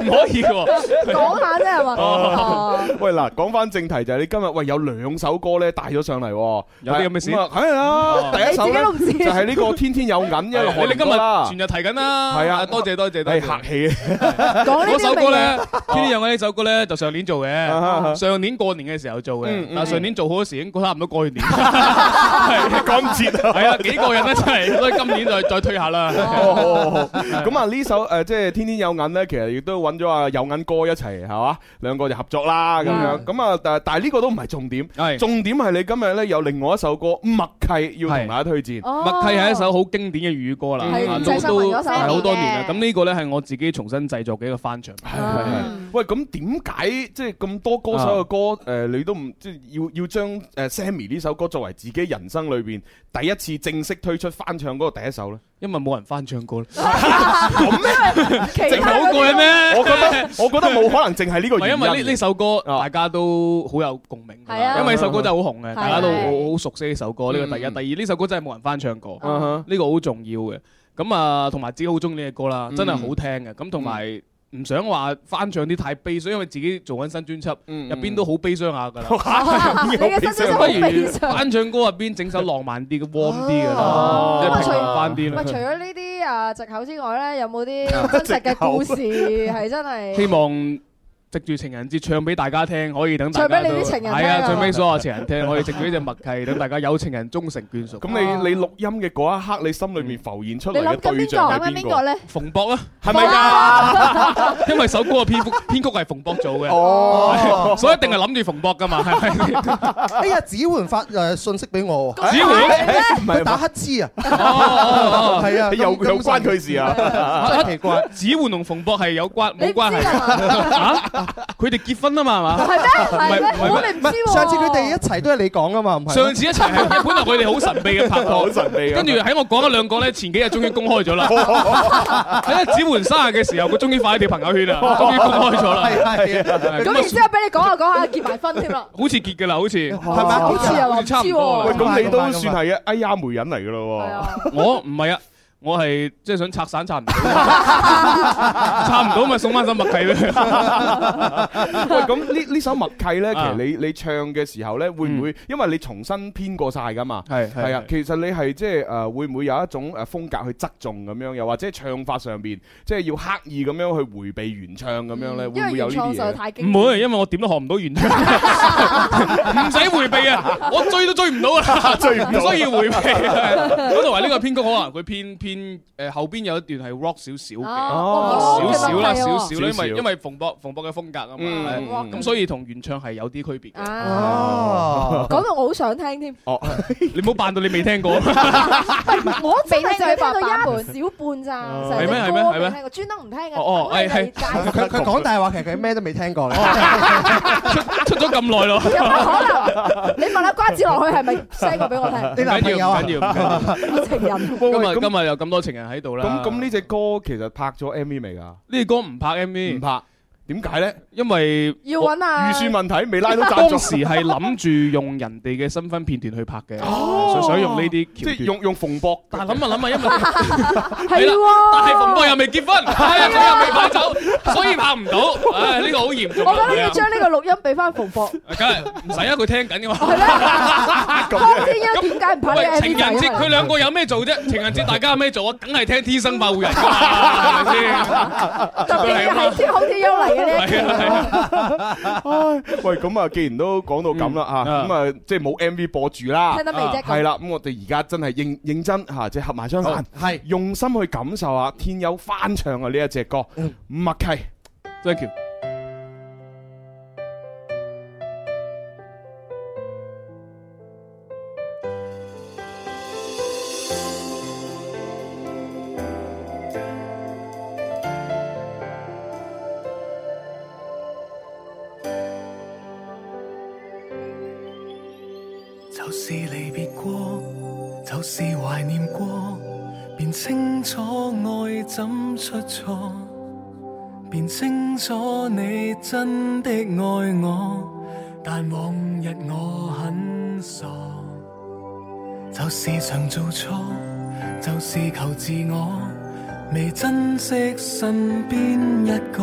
Speaker 13: 唔可以喎。
Speaker 4: 講下啫係嘛？哦
Speaker 3: 喂嗱，講翻正題就係你今日喂有兩首歌咧帶咗上嚟喎，
Speaker 13: 有啲咁嘅事
Speaker 3: 咁啊梗係啦，第一首咧
Speaker 4: 你自己都唔知
Speaker 3: 就係呢個天天有銀一個韓
Speaker 13: 你
Speaker 3: 年
Speaker 13: 今
Speaker 3: 歌啦，
Speaker 13: 日全日提緊啦，
Speaker 3: 係啊
Speaker 13: 多謝多謝多
Speaker 3: 係
Speaker 13: 謝。
Speaker 3: 客氣
Speaker 4: 講呢
Speaker 13: 嗰首
Speaker 4: 啲
Speaker 13: 歌
Speaker 4: 未
Speaker 13: 咧
Speaker 4: 啊？，
Speaker 13: 天天有我呢首歌咧，就上年做
Speaker 3: 啊
Speaker 13: 嘅，上年過年嘅時候做
Speaker 3: 嗯
Speaker 13: 嘅
Speaker 3: 嗯，
Speaker 13: 但上年做好嗰時已經差唔多過完年，
Speaker 3: 咁接
Speaker 13: 係啊，幾過癮啦真係，所以今年就再 推下啦。
Speaker 3: 哦好好好咁啊呢首誒即係天天有銀咧，其實亦都揾咗啊有銀哥一齊係嘛，兩個就合作啦咁樣。咁啊，但但係呢個都唔係重點，
Speaker 13: 係
Speaker 3: 重點係你今日咧有另外一首歌《默契》要同大家推薦。
Speaker 4: 哦
Speaker 13: 默契係一首好經典嘅粵語歌啦，
Speaker 4: 係
Speaker 13: 啊
Speaker 4: 鄭秀文嗰首
Speaker 13: 係好多年啦。咁呢個咧係我自己重新製作嘅一個翻唱。
Speaker 3: 係係喂，咁點解即係咁多歌手嘅歌誒，你都唔即係要要將誒 Sammy 呢首歌作為自己人生裏邊第一次正式推出翻唱嗰個第一首咧？
Speaker 13: 因為冇人翻唱過啦，
Speaker 4: 其
Speaker 13: 淨係
Speaker 4: 他
Speaker 13: 好過嘅咩？
Speaker 3: 我覺得我覺得冇可能淨係呢個
Speaker 13: 唔係
Speaker 3: 原
Speaker 13: 因
Speaker 3: 因。
Speaker 13: 為
Speaker 3: 啊
Speaker 13: 呢呢首歌大家都好有共鳴㗎
Speaker 4: 係啊
Speaker 13: 啦，因為呢首歌真係好紅嘅，
Speaker 4: 係啊
Speaker 13: 大家都
Speaker 4: 係
Speaker 13: 好好熟悉呢首歌。呢個第一，
Speaker 3: 嗯
Speaker 13: 第二呢首歌真係冇人翻唱過，
Speaker 3: 嗯哼
Speaker 13: 呢個好重要嘅。咁啊，同埋自己好中意呢隻歌
Speaker 3: 嗯
Speaker 13: 啦，真係好聽嘅。咁同埋唔想話翻唱啲太悲傷，因為自己做緊新專輯，
Speaker 3: 嗯
Speaker 13: 入邊都好悲傷下 㗎啦。
Speaker 4: 你嘅新
Speaker 13: 不
Speaker 4: 真係好悲
Speaker 13: 如
Speaker 4: 傷。
Speaker 13: 翻唱歌入邊整首浪漫啲嘅 warm 啲嘅
Speaker 4: 哦
Speaker 13: 啦，即係平
Speaker 4: 咁
Speaker 13: 衡
Speaker 4: 啊
Speaker 13: 翻啲
Speaker 4: 喂，除
Speaker 13: 啦。
Speaker 4: 咗呢啲啊藉口之外咧，有冇啲真實嘅故事係真係？
Speaker 13: 希望藉住情人節唱俾大家聽，可以等大
Speaker 4: 唱
Speaker 13: 家
Speaker 4: 俾
Speaker 13: 都
Speaker 4: 你啲情人聽
Speaker 13: 係啊，
Speaker 4: 啊
Speaker 13: 唱俾所有情人聽，可以藉住呢隻默契，等大家有情人終成眷屬。
Speaker 3: 咁你你錄音嘅嗰一刻，你心裏面浮現出嚟
Speaker 4: 你
Speaker 3: 嘅
Speaker 4: 諗緊
Speaker 3: 對
Speaker 4: 邊個？
Speaker 3: 象
Speaker 4: 諗
Speaker 3: 係
Speaker 4: 緊
Speaker 3: 邊
Speaker 4: 邊個
Speaker 3: 個？
Speaker 4: 咧？
Speaker 13: 馮博啊，
Speaker 3: 係咪㗎？
Speaker 13: 因為首歌嘅編曲編曲係馮博做嘅，
Speaker 3: 哦，
Speaker 13: 所以一定係諗住馮博噶嘛，係咪？
Speaker 5: 哎呀，子桓發誒信息俾我喎，
Speaker 13: 子桓
Speaker 5: 佢打乞嗤啊，
Speaker 13: 哦
Speaker 5: 係 啊，咁
Speaker 13: 又又關佢
Speaker 3: 事啊
Speaker 13: 真係奇怪，子桓同馮博係有關冇關係嚇？佢哋結婚啊嘛，係嘛？
Speaker 5: 係
Speaker 13: 唔係唔係
Speaker 5: 我哋唔知上次佢哋一齊都係你講噶嘛，唔係咩
Speaker 13: 上次一齊係本來佢哋好神秘嘅拍拖，
Speaker 5: 好神秘啊
Speaker 13: 跟住喺我講咗兩個咧，前幾日終於公開咗啦。喺子桓生日嘅時候，佢終於發喺你朋友圈啦，終於公開咗啦。
Speaker 5: 係係
Speaker 13: 係
Speaker 4: 咁然之後俾你講下講下結埋婚添啦。
Speaker 13: 好似結嘅啦，好似係
Speaker 4: 咪好似又話唔知喎
Speaker 13: 差唔多啦
Speaker 3: 喂，咁你都算係啊，哎呀媒人嚟噶咯
Speaker 13: 喎。我唔係啊。我係即係想拆散拆唔到，拆唔到咪送翻首默契俾佢。
Speaker 3: 喂，咁 呢呢首默契咧，
Speaker 13: 啊
Speaker 3: 其實你你唱嘅時候咧，會唔會因為你重新編過晒噶嘛？
Speaker 13: 係嗯係
Speaker 3: 係啊，其實你係即係誒，會唔會有一種誒風格去側重咁樣，又或者唱法上邊，即係要刻意咁樣去迴避原唱咁樣
Speaker 13: 嗯
Speaker 3: 咧，會唔會有呢啲嘢？
Speaker 13: 唔會，因為我點都學唔到原唱， 唔使迴避啊！我追都追唔到啊，
Speaker 3: 追唔到
Speaker 13: 需要迴避啊。咁同埋呢個編曲可能佢編編誒後邊有一段係 rock 少少
Speaker 3: 哦
Speaker 13: 嘅，少少啦，
Speaker 3: 哦
Speaker 13: 少少啦，因
Speaker 3: 少
Speaker 13: 為
Speaker 3: 少
Speaker 13: 因為馮博馮博嘅風格啊
Speaker 3: 嗯
Speaker 13: 嘛，
Speaker 4: 嗯
Speaker 13: 咁所以同原唱係有啲區別嘅。
Speaker 5: Ờ.
Speaker 4: 哦講到我好想聽添，
Speaker 3: 哦，
Speaker 13: 你唔好扮到你未聽 過。
Speaker 4: 我真係就係聽
Speaker 6: 未聽
Speaker 4: 到
Speaker 6: 過
Speaker 4: 一小半咋，
Speaker 13: 哦
Speaker 4: 成隻
Speaker 13: 係咩係咩
Speaker 4: 歌
Speaker 13: 係咩
Speaker 4: 未聽過，專登唔聽嘅。
Speaker 13: 哦哦，係係
Speaker 5: 佢佢講大話，其實佢咩都未聽過咧。
Speaker 13: 出咗咁耐咯。
Speaker 4: 有乜可能？你問下瓜子落去係咪 send 過俾我聽？
Speaker 13: 唔緊要，唔緊要，唔緊要。
Speaker 4: 情人
Speaker 13: 今日今日有咁多情人喺度啦。
Speaker 3: 咁咁呢只歌其實拍咗 M V 未㗎？
Speaker 13: 呢個歌唔拍 MV，
Speaker 3: 唔拍，點解咧？
Speaker 13: 因為
Speaker 4: 要揾啊
Speaker 3: 預算問題未拉到贊助。
Speaker 13: 當時係諗住用人哋嘅身份片段去拍嘅，想想用呢啲橋
Speaker 3: 即係用用馮 博，
Speaker 13: 但係諗下諗 下，因為
Speaker 4: 係
Speaker 13: 啦
Speaker 4: 喎，
Speaker 13: 但係馮博又未結婚，係啊，佢又未擺酒，所以拍唔到。唉，呢個好嚴重啊。
Speaker 4: 我覺得要
Speaker 13: 係啊
Speaker 4: 將呢個錄音俾翻馮博。
Speaker 13: 梗係唔使啊，佢聽緊㗎嘛。
Speaker 4: 方天一點解唔拍呢
Speaker 13: 喂，
Speaker 4: 個 MV
Speaker 13: 情人節
Speaker 4: 仔啊
Speaker 13: 佢兩個有咩做啫？情人節大家有咩做啊？梗係聽《天生快活人》㗎啦，係咪先？
Speaker 4: 特別係天好天優嚟嘅呢一期。
Speaker 3: 唉喂，咁啊，既然都講到咁啦
Speaker 13: 嗯
Speaker 3: 啊，咁啊，即係冇 M V 播住啦，
Speaker 4: 聽得未啫咁
Speaker 3: 係啦，咁我哋而家真係認認真嚇，即係合埋雙眼，係用心去感受下天佑翻唱啊嘅呢一隻歌，
Speaker 12: 嗯
Speaker 3: 默契
Speaker 13: ，thank you。
Speaker 12: 就是離別過，就是懷念過，便清楚愛怎出錯，便清楚你真的愛我，但往日我很傻，就是常做錯，就是求自我，未珍惜身邊一個，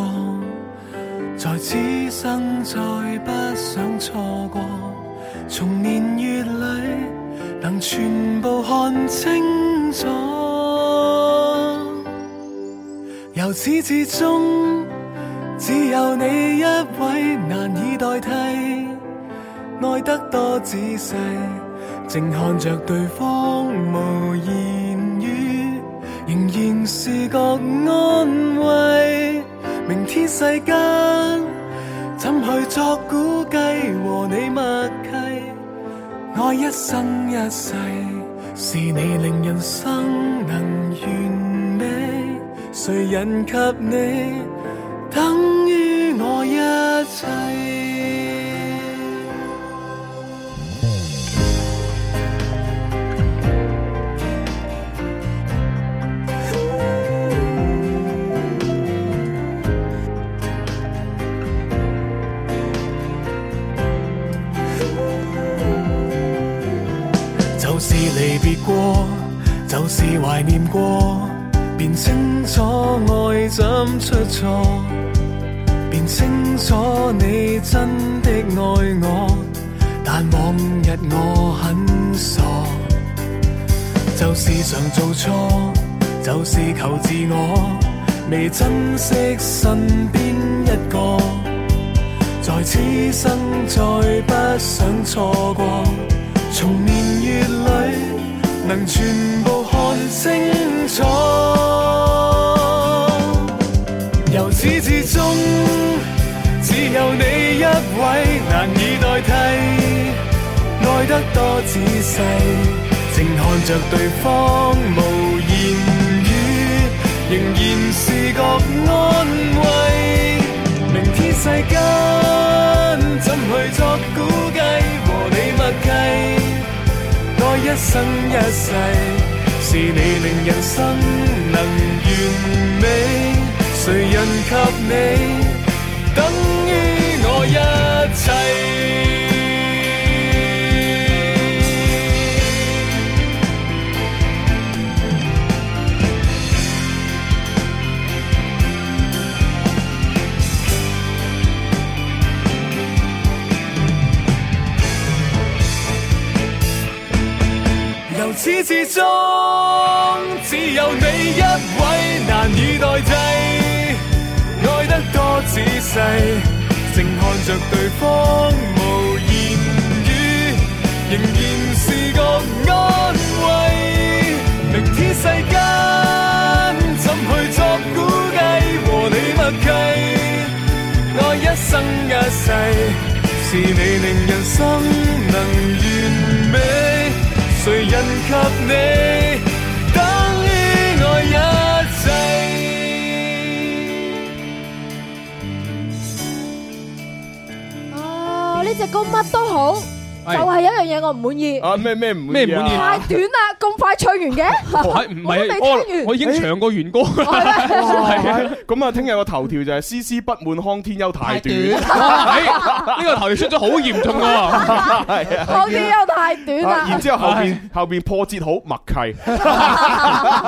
Speaker 12: 在此生再不想錯過。從年月裏能全部看清楚，由始至終只有你一位難以代替，愛得多仔細，靜看着對方無言語，仍然是覺安慰。明天世間。怎去作估計和你默契？愛一生一世，是你令人生能完美。誰人及你，等於我一切。就是離別過，就是懷念過，便清楚愛怎出錯，便清楚你真的愛我，但往日我很傻，就是常做錯，就是求自我，未珍惜身邊一個，在此生再不想錯過。從年月裏能全部看清楚，由始至終只有你一位難以代替，愛得多仔細，靜看着對方無言語，仍然是覺安慰。明天世間怎去作估計和你默契？愛一生一世，是你令人生能完美。誰人及你，等於我一切。由始至終，只有你一位難以代替，愛得多仔細，靜看着對方無言語，仍然是個安慰。明天世間怎去作估計和你默契？愛一生一世，是你令人生能完美。誰人及你，等於我一切。
Speaker 4: 啊，呢只歌乜都好，就
Speaker 13: 係
Speaker 4: 係有一樣嘢我唔滿意。
Speaker 3: 啊咩咩唔
Speaker 13: 咩唔滿意
Speaker 4: 太短啦，咁快唱完嘅，
Speaker 13: 唔
Speaker 4: 我都未
Speaker 13: 係，
Speaker 4: 聽完
Speaker 13: 我我已經唱過完歌
Speaker 4: Ờ,
Speaker 13: 啦。
Speaker 3: 係 咁啊，聽日個頭條就係絲絲不滿康天庥太短，
Speaker 13: 呢個頭條出咗好嚴重喎。
Speaker 3: 係啊，
Speaker 4: 我啲又太短啦。
Speaker 3: 啊然之後後邊後邊破折好默契。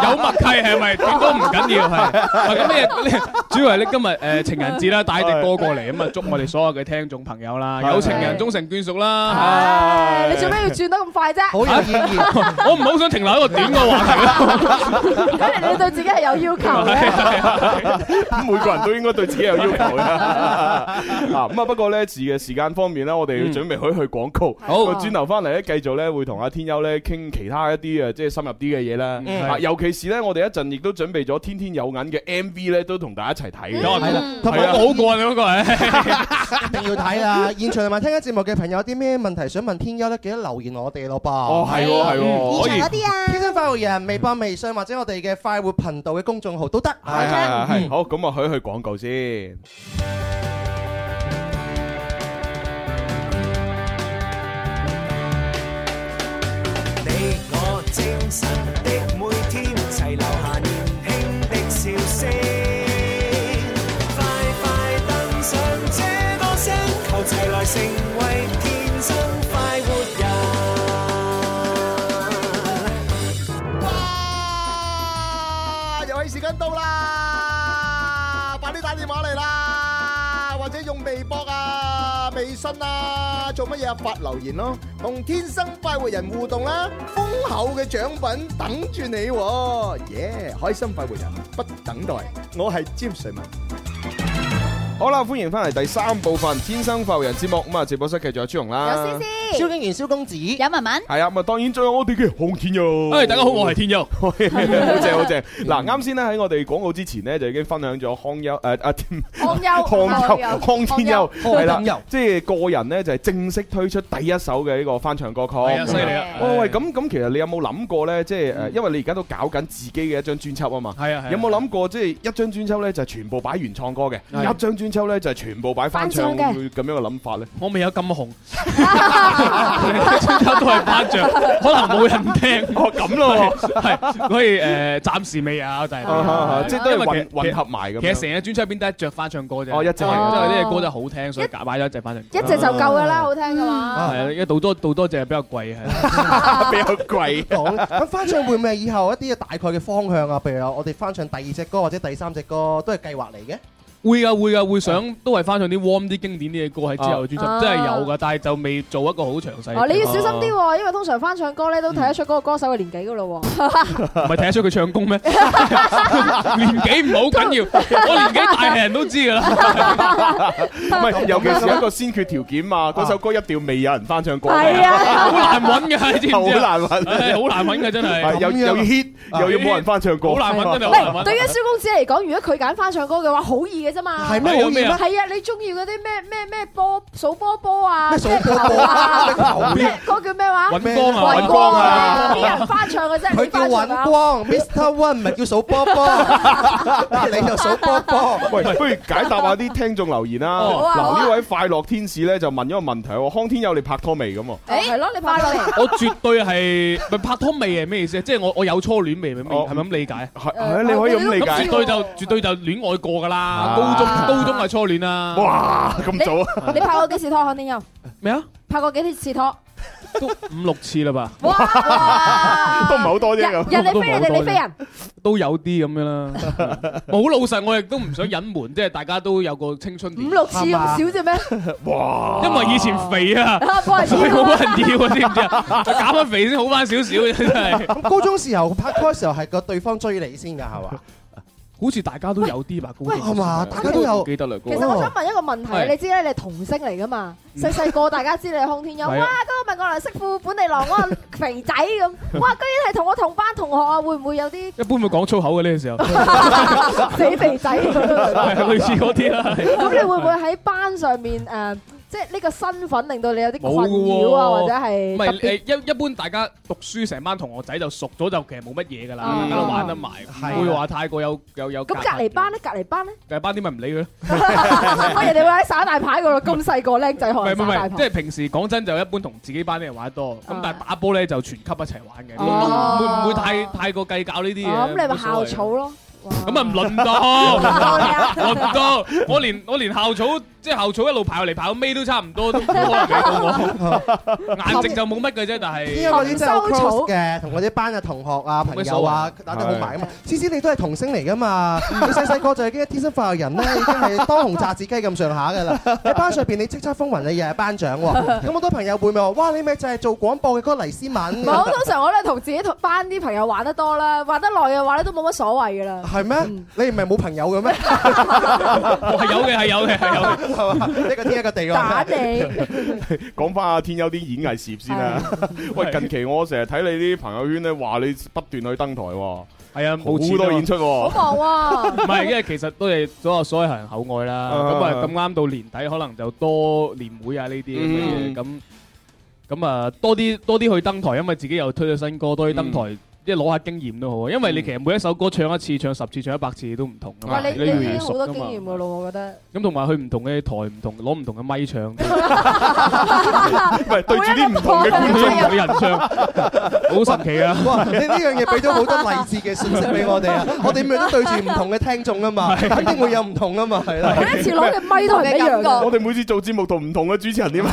Speaker 13: 有默契係咪？點都唔緊要係。咁你你主要係你今日誒情人節啦，帶隻歌過嚟咁啊，祝我哋所有嘅聽眾朋友
Speaker 3: 啊
Speaker 13: 啦，有情人終成眷屬
Speaker 4: À,
Speaker 13: 啦。
Speaker 4: 你做咩要轉得咁快啫？
Speaker 13: 好有意義，我唔係好想停留喺個短嘅話題啦。
Speaker 4: 睇嚟你對自己係有要求嘅。
Speaker 3: 每個人都應該對自己有要求嘅。啊，咁啊，不過呢，時嘅時間方面呢，我哋要準備去去廣告。
Speaker 13: 好
Speaker 3: 咁啊轉頭翻嚟呢，繼續呢會同阿天庥呢傾其他一啲啊，即係深入啲嘅嘢啦。
Speaker 5: 嗯
Speaker 3: 啊，尤其是呢，我哋一陣亦都準備咗《天天有銀》嘅 MV 呢，都同大家一齊睇嘅。
Speaker 5: 嗯係啦同埋
Speaker 3: 係啊
Speaker 5: 我好
Speaker 13: 過癮嗰個
Speaker 5: 一定要睇啦！現場同埋聽緊節目嘅朋友，有啲咩問題想問天優咧，記得留言我哋咯噃。
Speaker 3: 哦係喎係喎可以現場嗰
Speaker 5: 啲啊，天生快活人微博、微信或者我哋嘅快活頻道嘅公眾號都得。
Speaker 3: 係係係，好，咁啊，去一去廣告先。
Speaker 14: 你我精神的每天，齊留下年輕的笑聲。快快登上這歌聲，求齊來成為天生快活人。
Speaker 5: À,
Speaker 15: 啊，遊戲時間到啦，快啲打電話嚟啦，或者用微博啊、微信啊，做乜嘢啊發留言咯，同天生快活人互動啦，豐厚嘅獎品等住你喎，耶！開心快活人不等待，我係詹瑞文。
Speaker 3: 好啦，歡迎翻嚟第三部分《天生浮人》節目。咁啊，直播室繼續有朱紅
Speaker 6: Dạ,
Speaker 3: 啦，
Speaker 5: 蕭敬元、蕭公子，
Speaker 6: 有文文，
Speaker 3: 系啊，咁啊，當然仲有我哋 嘅康天佑。
Speaker 13: 誒大家好我係天佑
Speaker 3: 好正 好正。嗱，啱先咧喺我哋廣告之前咧就已經分享咗 康優誒啊天
Speaker 4: 康優
Speaker 3: 康優
Speaker 4: 康優
Speaker 3: 康天佑
Speaker 4: 康
Speaker 3: 係
Speaker 4: 優康天
Speaker 3: 啦
Speaker 4: 佑，
Speaker 3: 即係個人咧就係正式推出第一首嘅呢個翻唱歌曲。
Speaker 13: 係啊犀利啊
Speaker 3: 喂喂，咁咁其實你有冇諗過咧？即係誒，因為你而家都搞緊自己嘅一張專輯啊嘛。
Speaker 13: 係啊係啊
Speaker 3: 有冇諗過即係一張專輯咧就係全部擺原創歌嘅，
Speaker 13: 係
Speaker 3: 一張專輯咧就係全部擺翻唱
Speaker 13: 翻唱
Speaker 3: 咁樣嘅諗法咧？
Speaker 13: 我未有咁紅，專輯都係頒獎，可能冇人聽。
Speaker 3: 哦，咁咯，
Speaker 13: 係，所以誒暫時未有，但
Speaker 4: 哦
Speaker 3: 啊啊啊
Speaker 13: 係
Speaker 3: 即係都係
Speaker 13: 因為
Speaker 3: 混
Speaker 13: 其實
Speaker 3: 混合埋咁樣
Speaker 13: 其實成隻專輯入邊得一隻翻唱歌啫。
Speaker 3: 哦一隻
Speaker 13: 即係因為呢隻歌真係好聽，所以夾買咗一隻翻唱歌。
Speaker 4: 一隻就夠噶啦，好聽嘅話。
Speaker 13: 係啊，因為到多到多隻比較貴係。
Speaker 3: 比較貴。
Speaker 5: 講咁翻唱會唔會以後一啲大概嘅方向啊？譬如我哋翻唱第二隻歌或者第三隻歌都係計劃嚟嘅。
Speaker 13: 會噶會噶會想都係翻唱啲 warm 啲經典啲嘅歌喺之後嘅專
Speaker 4: 啊
Speaker 13: 輯，真係有噶，但係就未做一個好詳細。
Speaker 4: 哦，你要小心
Speaker 13: 啊
Speaker 4: 啲喎，因為通常翻唱歌咧都睇得出嗰個歌手嘅年紀噶咯
Speaker 13: 唔係睇得出佢唱功咩？ 年紀唔好緊要，我年紀大係人都知㗎啦。
Speaker 3: 唔係，尤其是有一個先決條件嘛，嗰首歌一定要未有人翻唱過，
Speaker 13: 係啊好難揾㗎你知唔知啊
Speaker 3: 好難 揾，
Speaker 13: 唉好難揾㗎真係
Speaker 3: 係又
Speaker 13: 咁樣
Speaker 3: 又要 hit，又要冇人翻唱過，
Speaker 13: 好難揾真係
Speaker 4: 喎。喂，對於蕭公子嚟講，如果佢揀翻唱歌嘅話，好易嘅啫，啫嘛。
Speaker 5: 係咩好嘢咩
Speaker 4: 係啊，你中意嗰啲咩咩咩波數波波啊，
Speaker 5: 咩數波波
Speaker 4: à?
Speaker 5: 啊
Speaker 4: 啊
Speaker 5: 咩球
Speaker 4: 咩嗰個叫咩話？
Speaker 5: 尹光啊
Speaker 4: 尹
Speaker 5: 尹光啊
Speaker 4: 啲人翻唱嘅啫，
Speaker 5: 佢
Speaker 4: 你
Speaker 5: 叫
Speaker 4: 翻唱
Speaker 5: 尹
Speaker 4: 啊。
Speaker 5: 光，Mr One 唔係叫數波 波，你就數波 波。
Speaker 3: 喂，不如解答下啲聽眾留言啦。
Speaker 4: 好啊好
Speaker 3: 嗱，
Speaker 4: 啊
Speaker 3: 呢位快樂天使咧就問咗個問題喎，康天庥你拍拖未咁喎？
Speaker 4: 誒係咯，你快樂。
Speaker 13: 我絕對係咪拍拖未係咩意思？即係我我有初戀未，係咪係咪咁理解？
Speaker 3: 係你可以咁理解
Speaker 13: 咁絕對就絕對就戀愛過㗎啦，高中高中係初戀啦。
Speaker 3: 哇，咁
Speaker 4: 早啊你拍過幾次拖？肯定有。
Speaker 13: 咩啊？
Speaker 4: 拍過幾次拖？
Speaker 13: 五六次啦 吧？
Speaker 3: 都唔係好多啫
Speaker 4: 人人哋飛你哋，你飛人。
Speaker 13: 都有啲咁樣啦。我好老實，我亦都唔想隱瞞，即係大家都有個青春年。
Speaker 4: 五六次咁少啫咩？
Speaker 13: 哇！因為以前肥啊
Speaker 4: 啊，冇人要啊
Speaker 13: 所以冇人要啊，知唔知啊？就減翻肥先好翻少少嘅，真係。
Speaker 5: 咁高中時候拍拖時候係個對方追你先㗎，係 嘛？
Speaker 13: 好似大家都有啲吧，高
Speaker 5: 喂係嘛大家都有
Speaker 13: 記得啦。
Speaker 4: 其實我想問一個問題，
Speaker 13: 係
Speaker 4: 你知咧，你係童星嚟噶嘛？細細個大家知你係康天庥，
Speaker 13: 係啊
Speaker 4: 哇！嗰個問我嚟媳婦本地郎，我話肥仔咁，哇！居然係同我同班同學啊，會唔會有啲
Speaker 13: 一般會講粗口嘅 呢個時候，
Speaker 4: 死肥 仔咁樣？
Speaker 13: 係類似嗰啲啦。係
Speaker 4: 咁你會唔會喺班上面誒，即係呢個身份令到你有啲
Speaker 13: 冇
Speaker 4: 困
Speaker 13: 嘅喎
Speaker 4: 擾啊，或者係
Speaker 13: 唔
Speaker 4: 特
Speaker 13: 係
Speaker 4: 別？
Speaker 13: 誒一一般大家讀書成班同學仔就熟咗，就其實冇乜嘢㗎啦，
Speaker 4: 嗯啊
Speaker 13: 大家都玩得埋，唔會話太過有有有
Speaker 4: 咁
Speaker 13: 隔
Speaker 4: 隔
Speaker 13: 閡。
Speaker 4: 離班 咧，隔離 班咧，
Speaker 13: 隔離班啲咪唔理佢咯。
Speaker 4: 我人哋會喺耍大牌嗰度，咁細個僆仔學
Speaker 13: 唔係
Speaker 4: 人
Speaker 13: 唔係唔
Speaker 4: 耍哦大
Speaker 13: 係，即
Speaker 4: 牌。
Speaker 13: 係平時講真就一般同自己班啲人玩得多，咁但係打波咧就全級一齊玩嘅，都
Speaker 4: 哦
Speaker 13: 都唔會唔會太太過計較呢啲
Speaker 4: 哦
Speaker 13: 嘢。
Speaker 4: 咁你咪
Speaker 13: 冇啊所
Speaker 4: 校
Speaker 13: 謂
Speaker 4: 草咯。
Speaker 13: 咁啊唔輪
Speaker 4: 啊
Speaker 13: 到，輪到我連我連校草即係校草一路排嚟排到尾都差唔多，都冇可能嚟到 我。顏值就冇乜嘅啫，但
Speaker 5: 因為嗰啲
Speaker 13: 係
Speaker 5: 真係好 close 嘅，同嗰啲班嘅同學啊、朋友啊
Speaker 13: 冇乜所謂
Speaker 5: 打得好埋啊嘛。思思你都係童星嚟噶 嘛？你細細個就已經係天生化學人咧，已經係當紅炸子雞咁上下噶 啦。喺班上邊你叱咤風雲，你又係班長 喎。咁好多朋友會咪話：哇，你咪就係做廣播嘅嗰個黎思敏。
Speaker 4: 唔係，我啊通常我咧同自己同班啲朋友玩得多啦，玩得耐嘅話咧都冇乜所謂噶 啦。
Speaker 5: 係咩？你唔係冇朋友 嘅咩？
Speaker 13: 係有嘅係有嘅係有嘅。
Speaker 5: 係嘛？一個天一個地喎。
Speaker 13: 啊
Speaker 4: 打你
Speaker 3: 講翻阿天庥啲演藝事業先啦。 喂，近期我成日睇你啲朋友圈咧，話你不斷去登台喎。
Speaker 13: 係啊，冇錢
Speaker 3: 好
Speaker 13: 啊
Speaker 3: 多演出喎。
Speaker 4: 好忙
Speaker 13: 唔係，因為其實都係所有所有人口愛啦。
Speaker 3: 啊
Speaker 13: 咁啊，咁啱到年底，可能就多年會啊呢啲咁嘅嘢。
Speaker 3: 嗯
Speaker 13: 咁咁啊，多啲多啲去登台，因為自己又推咗新歌，多啲登台，即係攞下經驗都好啊。因為你其實每一首歌唱一次、唱十次、唱一百次都唔同噶嘛，
Speaker 4: 哇！你你已
Speaker 13: 越嚟越
Speaker 4: 經好
Speaker 13: 熟
Speaker 4: 多
Speaker 13: 噶
Speaker 4: 經
Speaker 13: 嘛。
Speaker 4: 驗噶咯，我覺得。
Speaker 13: 咁同埋去唔同嘅台、唔同攞唔同嘅 咪唱，
Speaker 3: 喂，對住啲唔同嘅
Speaker 13: 觀眾、
Speaker 4: 係啊
Speaker 13: 嘅人 唱，好神奇啊！
Speaker 5: 哇！你呢樣嘢俾咗好多勵志嘅信息俾我 哋啊！我哋每日都對住唔同嘅聽眾啊嘛，肯定會有唔同啊嘛，係啦。
Speaker 4: 每一次攞嘅咪都係唔一樣嘅。
Speaker 3: 我哋每次做節目同唔同嘅主持人點啊？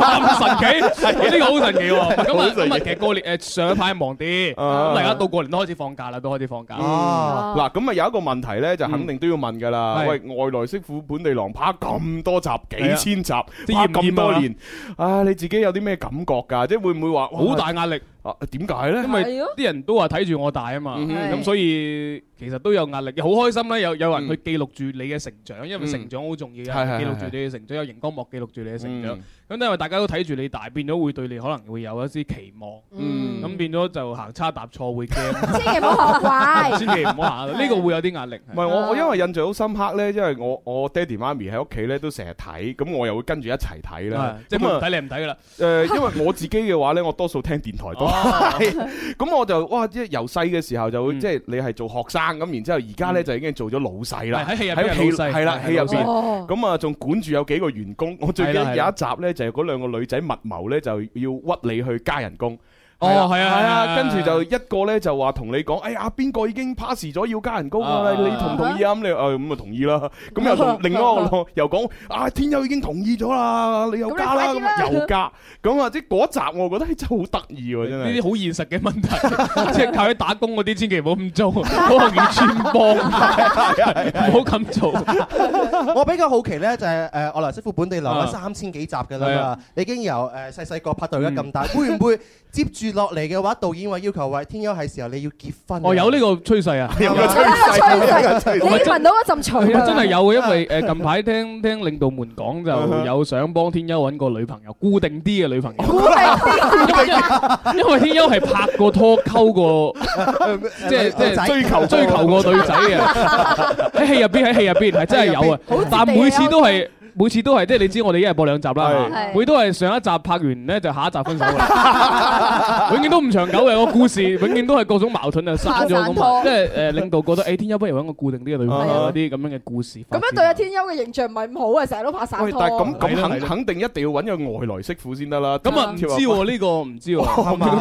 Speaker 13: 咁神奇，呢個好神奇喎！咁
Speaker 3: 好
Speaker 13: 啊
Speaker 3: 神奇
Speaker 13: 咁啊，其實過年誒上一排忙啲，咁大家到過年都開始放假啦，都開始放假。
Speaker 3: 啊 嗱，咁啊有一個問題咧，就肯定都要問噶啦。
Speaker 13: 嗯係
Speaker 3: 喂，外來媳婦本地郎拍咁多集，幾
Speaker 13: 係啊
Speaker 3: 千集，
Speaker 13: 即係
Speaker 3: 拍
Speaker 13: 厭唔厭啊
Speaker 3: 咁多年，啊，你自己有啲咩感覺㗎？即係會唔會話哇
Speaker 13: 好大壓力
Speaker 3: 啊？點解咧？
Speaker 13: 因
Speaker 4: 哎
Speaker 13: 為啲人都話睇住我大啊嘛，
Speaker 3: 嗯
Speaker 13: 咁所以其實都有壓力，好開心啦！有有人去記錄住你嘅成長，因
Speaker 3: 嗯
Speaker 13: 為成長好重要
Speaker 3: 係係
Speaker 13: 嘅，記錄
Speaker 3: 係
Speaker 13: 住你嘅成長，有熒光幕記錄住你嘅成長
Speaker 3: 嗯。
Speaker 13: 咁因為大家都睇住你大，變咗會對你可能會有一啲期望，
Speaker 3: 嗯
Speaker 13: 咁變咗就行差踏錯會驚，
Speaker 4: 千祈唔好 學壞
Speaker 13: 千祈唔好行，呢個會有啲壓力。
Speaker 3: 唔係我我因為印象好深刻咧，因為我我爹哋媽咪喺屋企咧都成日睇，咁我又會跟住一齊睇啦
Speaker 13: 啊。即係
Speaker 3: 咁啊
Speaker 13: 唔睇你唔睇噶啦。
Speaker 3: 誒，因為我自己嘅話咧，我多數聽電台 多，
Speaker 13: 哦
Speaker 3: 係咁我就哇，即係由細嘅時候就
Speaker 13: 嗯
Speaker 3: 會即係你係做學生咁，然之後而家咧就已經做咗老細啦，
Speaker 13: 係喺戲入邊係老細
Speaker 3: 係啦，
Speaker 13: 係
Speaker 3: 戲入邊
Speaker 13: 哦
Speaker 3: 咁啊，仲管住有幾個員工。我最記得
Speaker 13: 係啦係
Speaker 3: 有
Speaker 13: 啦
Speaker 3: 一集咧，就係嗰兩個女仔密謀咧，就要屈你去加人工。
Speaker 13: 哦係啊
Speaker 3: 係
Speaker 13: 係
Speaker 3: 啊，
Speaker 13: 啊
Speaker 3: 跟住就一個咧就話同你講，哎呀，邊個已經 pass 咗要加人工啊？
Speaker 13: 啊
Speaker 3: 你同唔同意啊？ 咁你誒咁啊同意啦。咁又同另外一個又講，啊天佑已經同意咗啦，你又加啦，
Speaker 13: 咁你
Speaker 3: 咁
Speaker 13: 快啲啦
Speaker 3: 啊又加。咁啊，即係嗰集我覺得真係好得意喎，真
Speaker 13: 呢
Speaker 3: 係。
Speaker 13: 啲好現實嘅問題，即係靠喺打工嗰啲，千祈唔好咁做，可能要穿幫，唔好咁做。
Speaker 5: 我比較好奇咧，就係誒我來媳婦本地留
Speaker 13: 嗯啊
Speaker 5: 咗三千幾集㗎啦
Speaker 13: 係
Speaker 5: 嘛
Speaker 13: 啊，嗯
Speaker 5: 已經由誒細細個拍到而家咁大，會唔會接住住落嚟嘅話，導演話要求話天優係時候你要結婚。
Speaker 13: 哦，有呢個趨勢啊，
Speaker 5: 有個 趨勢 有個趨勢
Speaker 13: 唔係真
Speaker 4: 你聞到嗰陣除
Speaker 13: 唔
Speaker 4: 啊
Speaker 13: 係真係有嘅，因為誒近排聽聽領導們講就有想幫天優揾個女朋友，固定啲嘅女朋友。 因為天優係拍過拖、溝過，即係即係
Speaker 5: 追求
Speaker 13: 追求過女仔嘅。喺戲入邊，喺戲入邊係真係有啊，但每次都係。每次都係即係你知我哋一日播兩集
Speaker 6: Ừ.
Speaker 13: 啦，
Speaker 16: 係
Speaker 13: 每都係上一集拍完咧就下一集分手啦，永遠都唔長久嘅個故事，永遠都係各種矛盾就生咗
Speaker 4: 散
Speaker 13: 咁啊
Speaker 4: 拖
Speaker 13: 即係誒領導覺得誒天優不如揾個固定啲嘅女朋友嗰啲咁樣嘅故事發
Speaker 4: 咁
Speaker 13: 展。啊
Speaker 4: 樣對阿天優嘅形象唔係咁好啊，成日都拍散
Speaker 3: 喂，但係
Speaker 4: 拖。
Speaker 3: 咁咁肯肯定一定要揾個外來媳婦先得啦。
Speaker 13: 咁啊唔知喎呢個唔知喎，
Speaker 3: 係嘛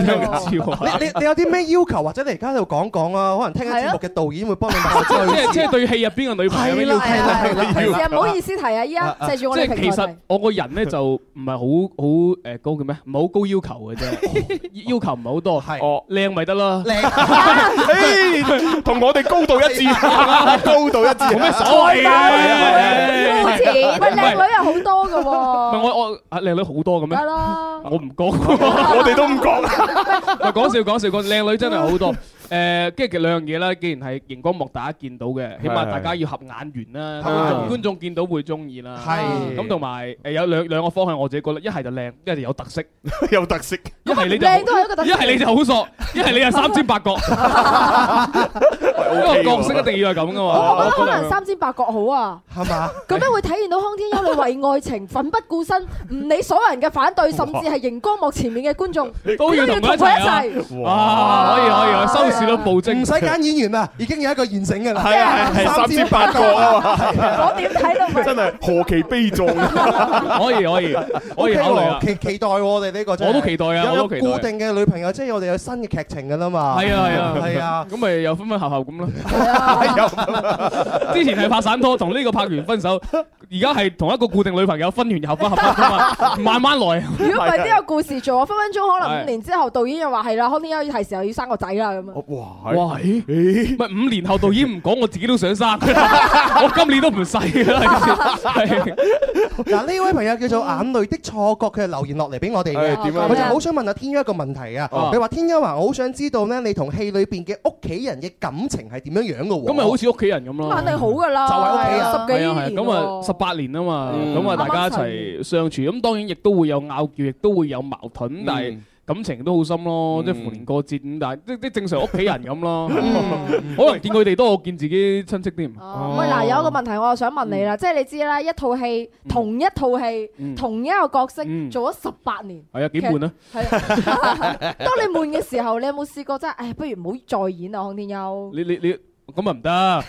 Speaker 13: 你
Speaker 5: 你你有啲咩要求，或者你而家喺度講講啊？可能聽緊節目嘅導演會幫你問
Speaker 13: 即
Speaker 5: 下
Speaker 13: 係即係對戲入邊嘅女朋友咩要求
Speaker 5: 係啦係啦係啦
Speaker 13: 要
Speaker 4: 其實唔好意思提啊，依家借住我哋
Speaker 13: 即係
Speaker 4: 平
Speaker 13: 其
Speaker 4: 台
Speaker 13: 實
Speaker 4: 提。
Speaker 13: 我個人咧就唔係好好誒高嘅咩，唔係好高要求嘅啫，要求唔係好多。哦，靚咪得啦。
Speaker 3: 誒 同我哋高度一致， 高度一致，
Speaker 13: 冇咩所謂嘅
Speaker 4: 好似喂靚女又好多 㗎
Speaker 13: 唔係
Speaker 4: 喎，
Speaker 13: 我我啊靚女好多嘅咩
Speaker 4: 係？咯，
Speaker 13: 我唔講，我
Speaker 3: 哋都唔講。
Speaker 13: 唔係講笑講笑，個靚女真係 好多。誒，跟住其實兩樣嘢啦，既然係熒光幕大家見到嘅，起碼大家要合眼緣啦，
Speaker 5: 合眼緣
Speaker 13: 觀眾觀眾見到會中意啦。
Speaker 5: 係
Speaker 13: 咁同埋誒有兩兩個方向，我自己覺得一係就靚，一係就有特色，
Speaker 3: 有特色。
Speaker 13: 一係你就
Speaker 4: 靚都係一個特色
Speaker 13: 一係你就好傻，一係你就三尖 八角，因為角色一定要係咁噶嘛。
Speaker 4: 我覺得可能三尖八角好啊。
Speaker 5: 係嘛？
Speaker 4: 咁樣會體現到康天庥你為愛情奮不顧身，唔理所有人嘅反對，甚至係熒光幕前面嘅觀眾
Speaker 13: 都要同佢一齊啊！哇，可以可以可以，收視率暴增，
Speaker 5: 唔使揀演員啦，已經有一個現成嘅啦。
Speaker 3: 係啊係係三尖八角啊嘛係啊我點
Speaker 4: 睇
Speaker 3: 都唔係真係何其悲壯啊
Speaker 13: 可以可以可以
Speaker 5: OK 喎
Speaker 13: 考慮啦
Speaker 5: 期期待喎我哋呢個真係
Speaker 13: 我都期待啊
Speaker 5: 有
Speaker 13: 我都期待
Speaker 5: 有固定嘅女朋友，即係我哋有新嘅劇情㗎啦嘛。
Speaker 13: 係啊係啊
Speaker 5: 係啊，
Speaker 13: 咁咪又分分合合咁咯。 之前係拍散拖，同呢個拍完分手，而家係同一個固定女朋友分完又合翻合翻嘛，慢慢來。
Speaker 4: 如果唔係都有故事做，分分鐘可能
Speaker 13: 係
Speaker 4: 五年之後導演又話係啦，康天庥係時候要生個仔啦咁啊！
Speaker 3: 哇
Speaker 13: 哇，咦？唔係五年後導演唔講，我自己都想生，我今年都唔細啦。係
Speaker 5: 嗱，呢位朋友叫
Speaker 4: 嗯
Speaker 5: 做眼淚的錯覺，佢係留言落嚟俾我哋嘅。
Speaker 13: 係點啊
Speaker 5: 佢就好想問阿天庥一個問題啊。
Speaker 13: 哦
Speaker 5: 佢話：天庥話我好想知道咧，你同戲裏邊嘅屋企人嘅感情係點樣樣嘅喎？
Speaker 13: 咁咪好似屋企人咁咯。
Speaker 4: 肯定好㗎啦，
Speaker 5: 就係屋企人
Speaker 4: 十幾
Speaker 13: 係啊係啊，
Speaker 4: 年
Speaker 13: 咁
Speaker 4: 喎
Speaker 13: 啊十八年啊嘛，
Speaker 5: 嗯
Speaker 13: 咁啊大家一
Speaker 4: 啱
Speaker 13: 齊相處，咁當然亦都會有拗撬，亦都會有矛
Speaker 3: 嗯
Speaker 13: 盾，但係感情都好深咯，即係逢年過節咁，但係即即正常屋企人咁咯，可能見佢哋多，我見自己親戚添。
Speaker 4: 喂，嗱，有一個問題我又想問你啦，即係你知啦，一套戲同一套戲
Speaker 13: 嗯
Speaker 4: 同一個角色
Speaker 13: 嗯
Speaker 4: 做咗十八年，
Speaker 13: 係啊，幾悶啊！
Speaker 4: 當你悶嘅時候，你有冇試過真係，唉，不如唔好再演啊，康天 庥，
Speaker 13: 你你你咁啊 唔得，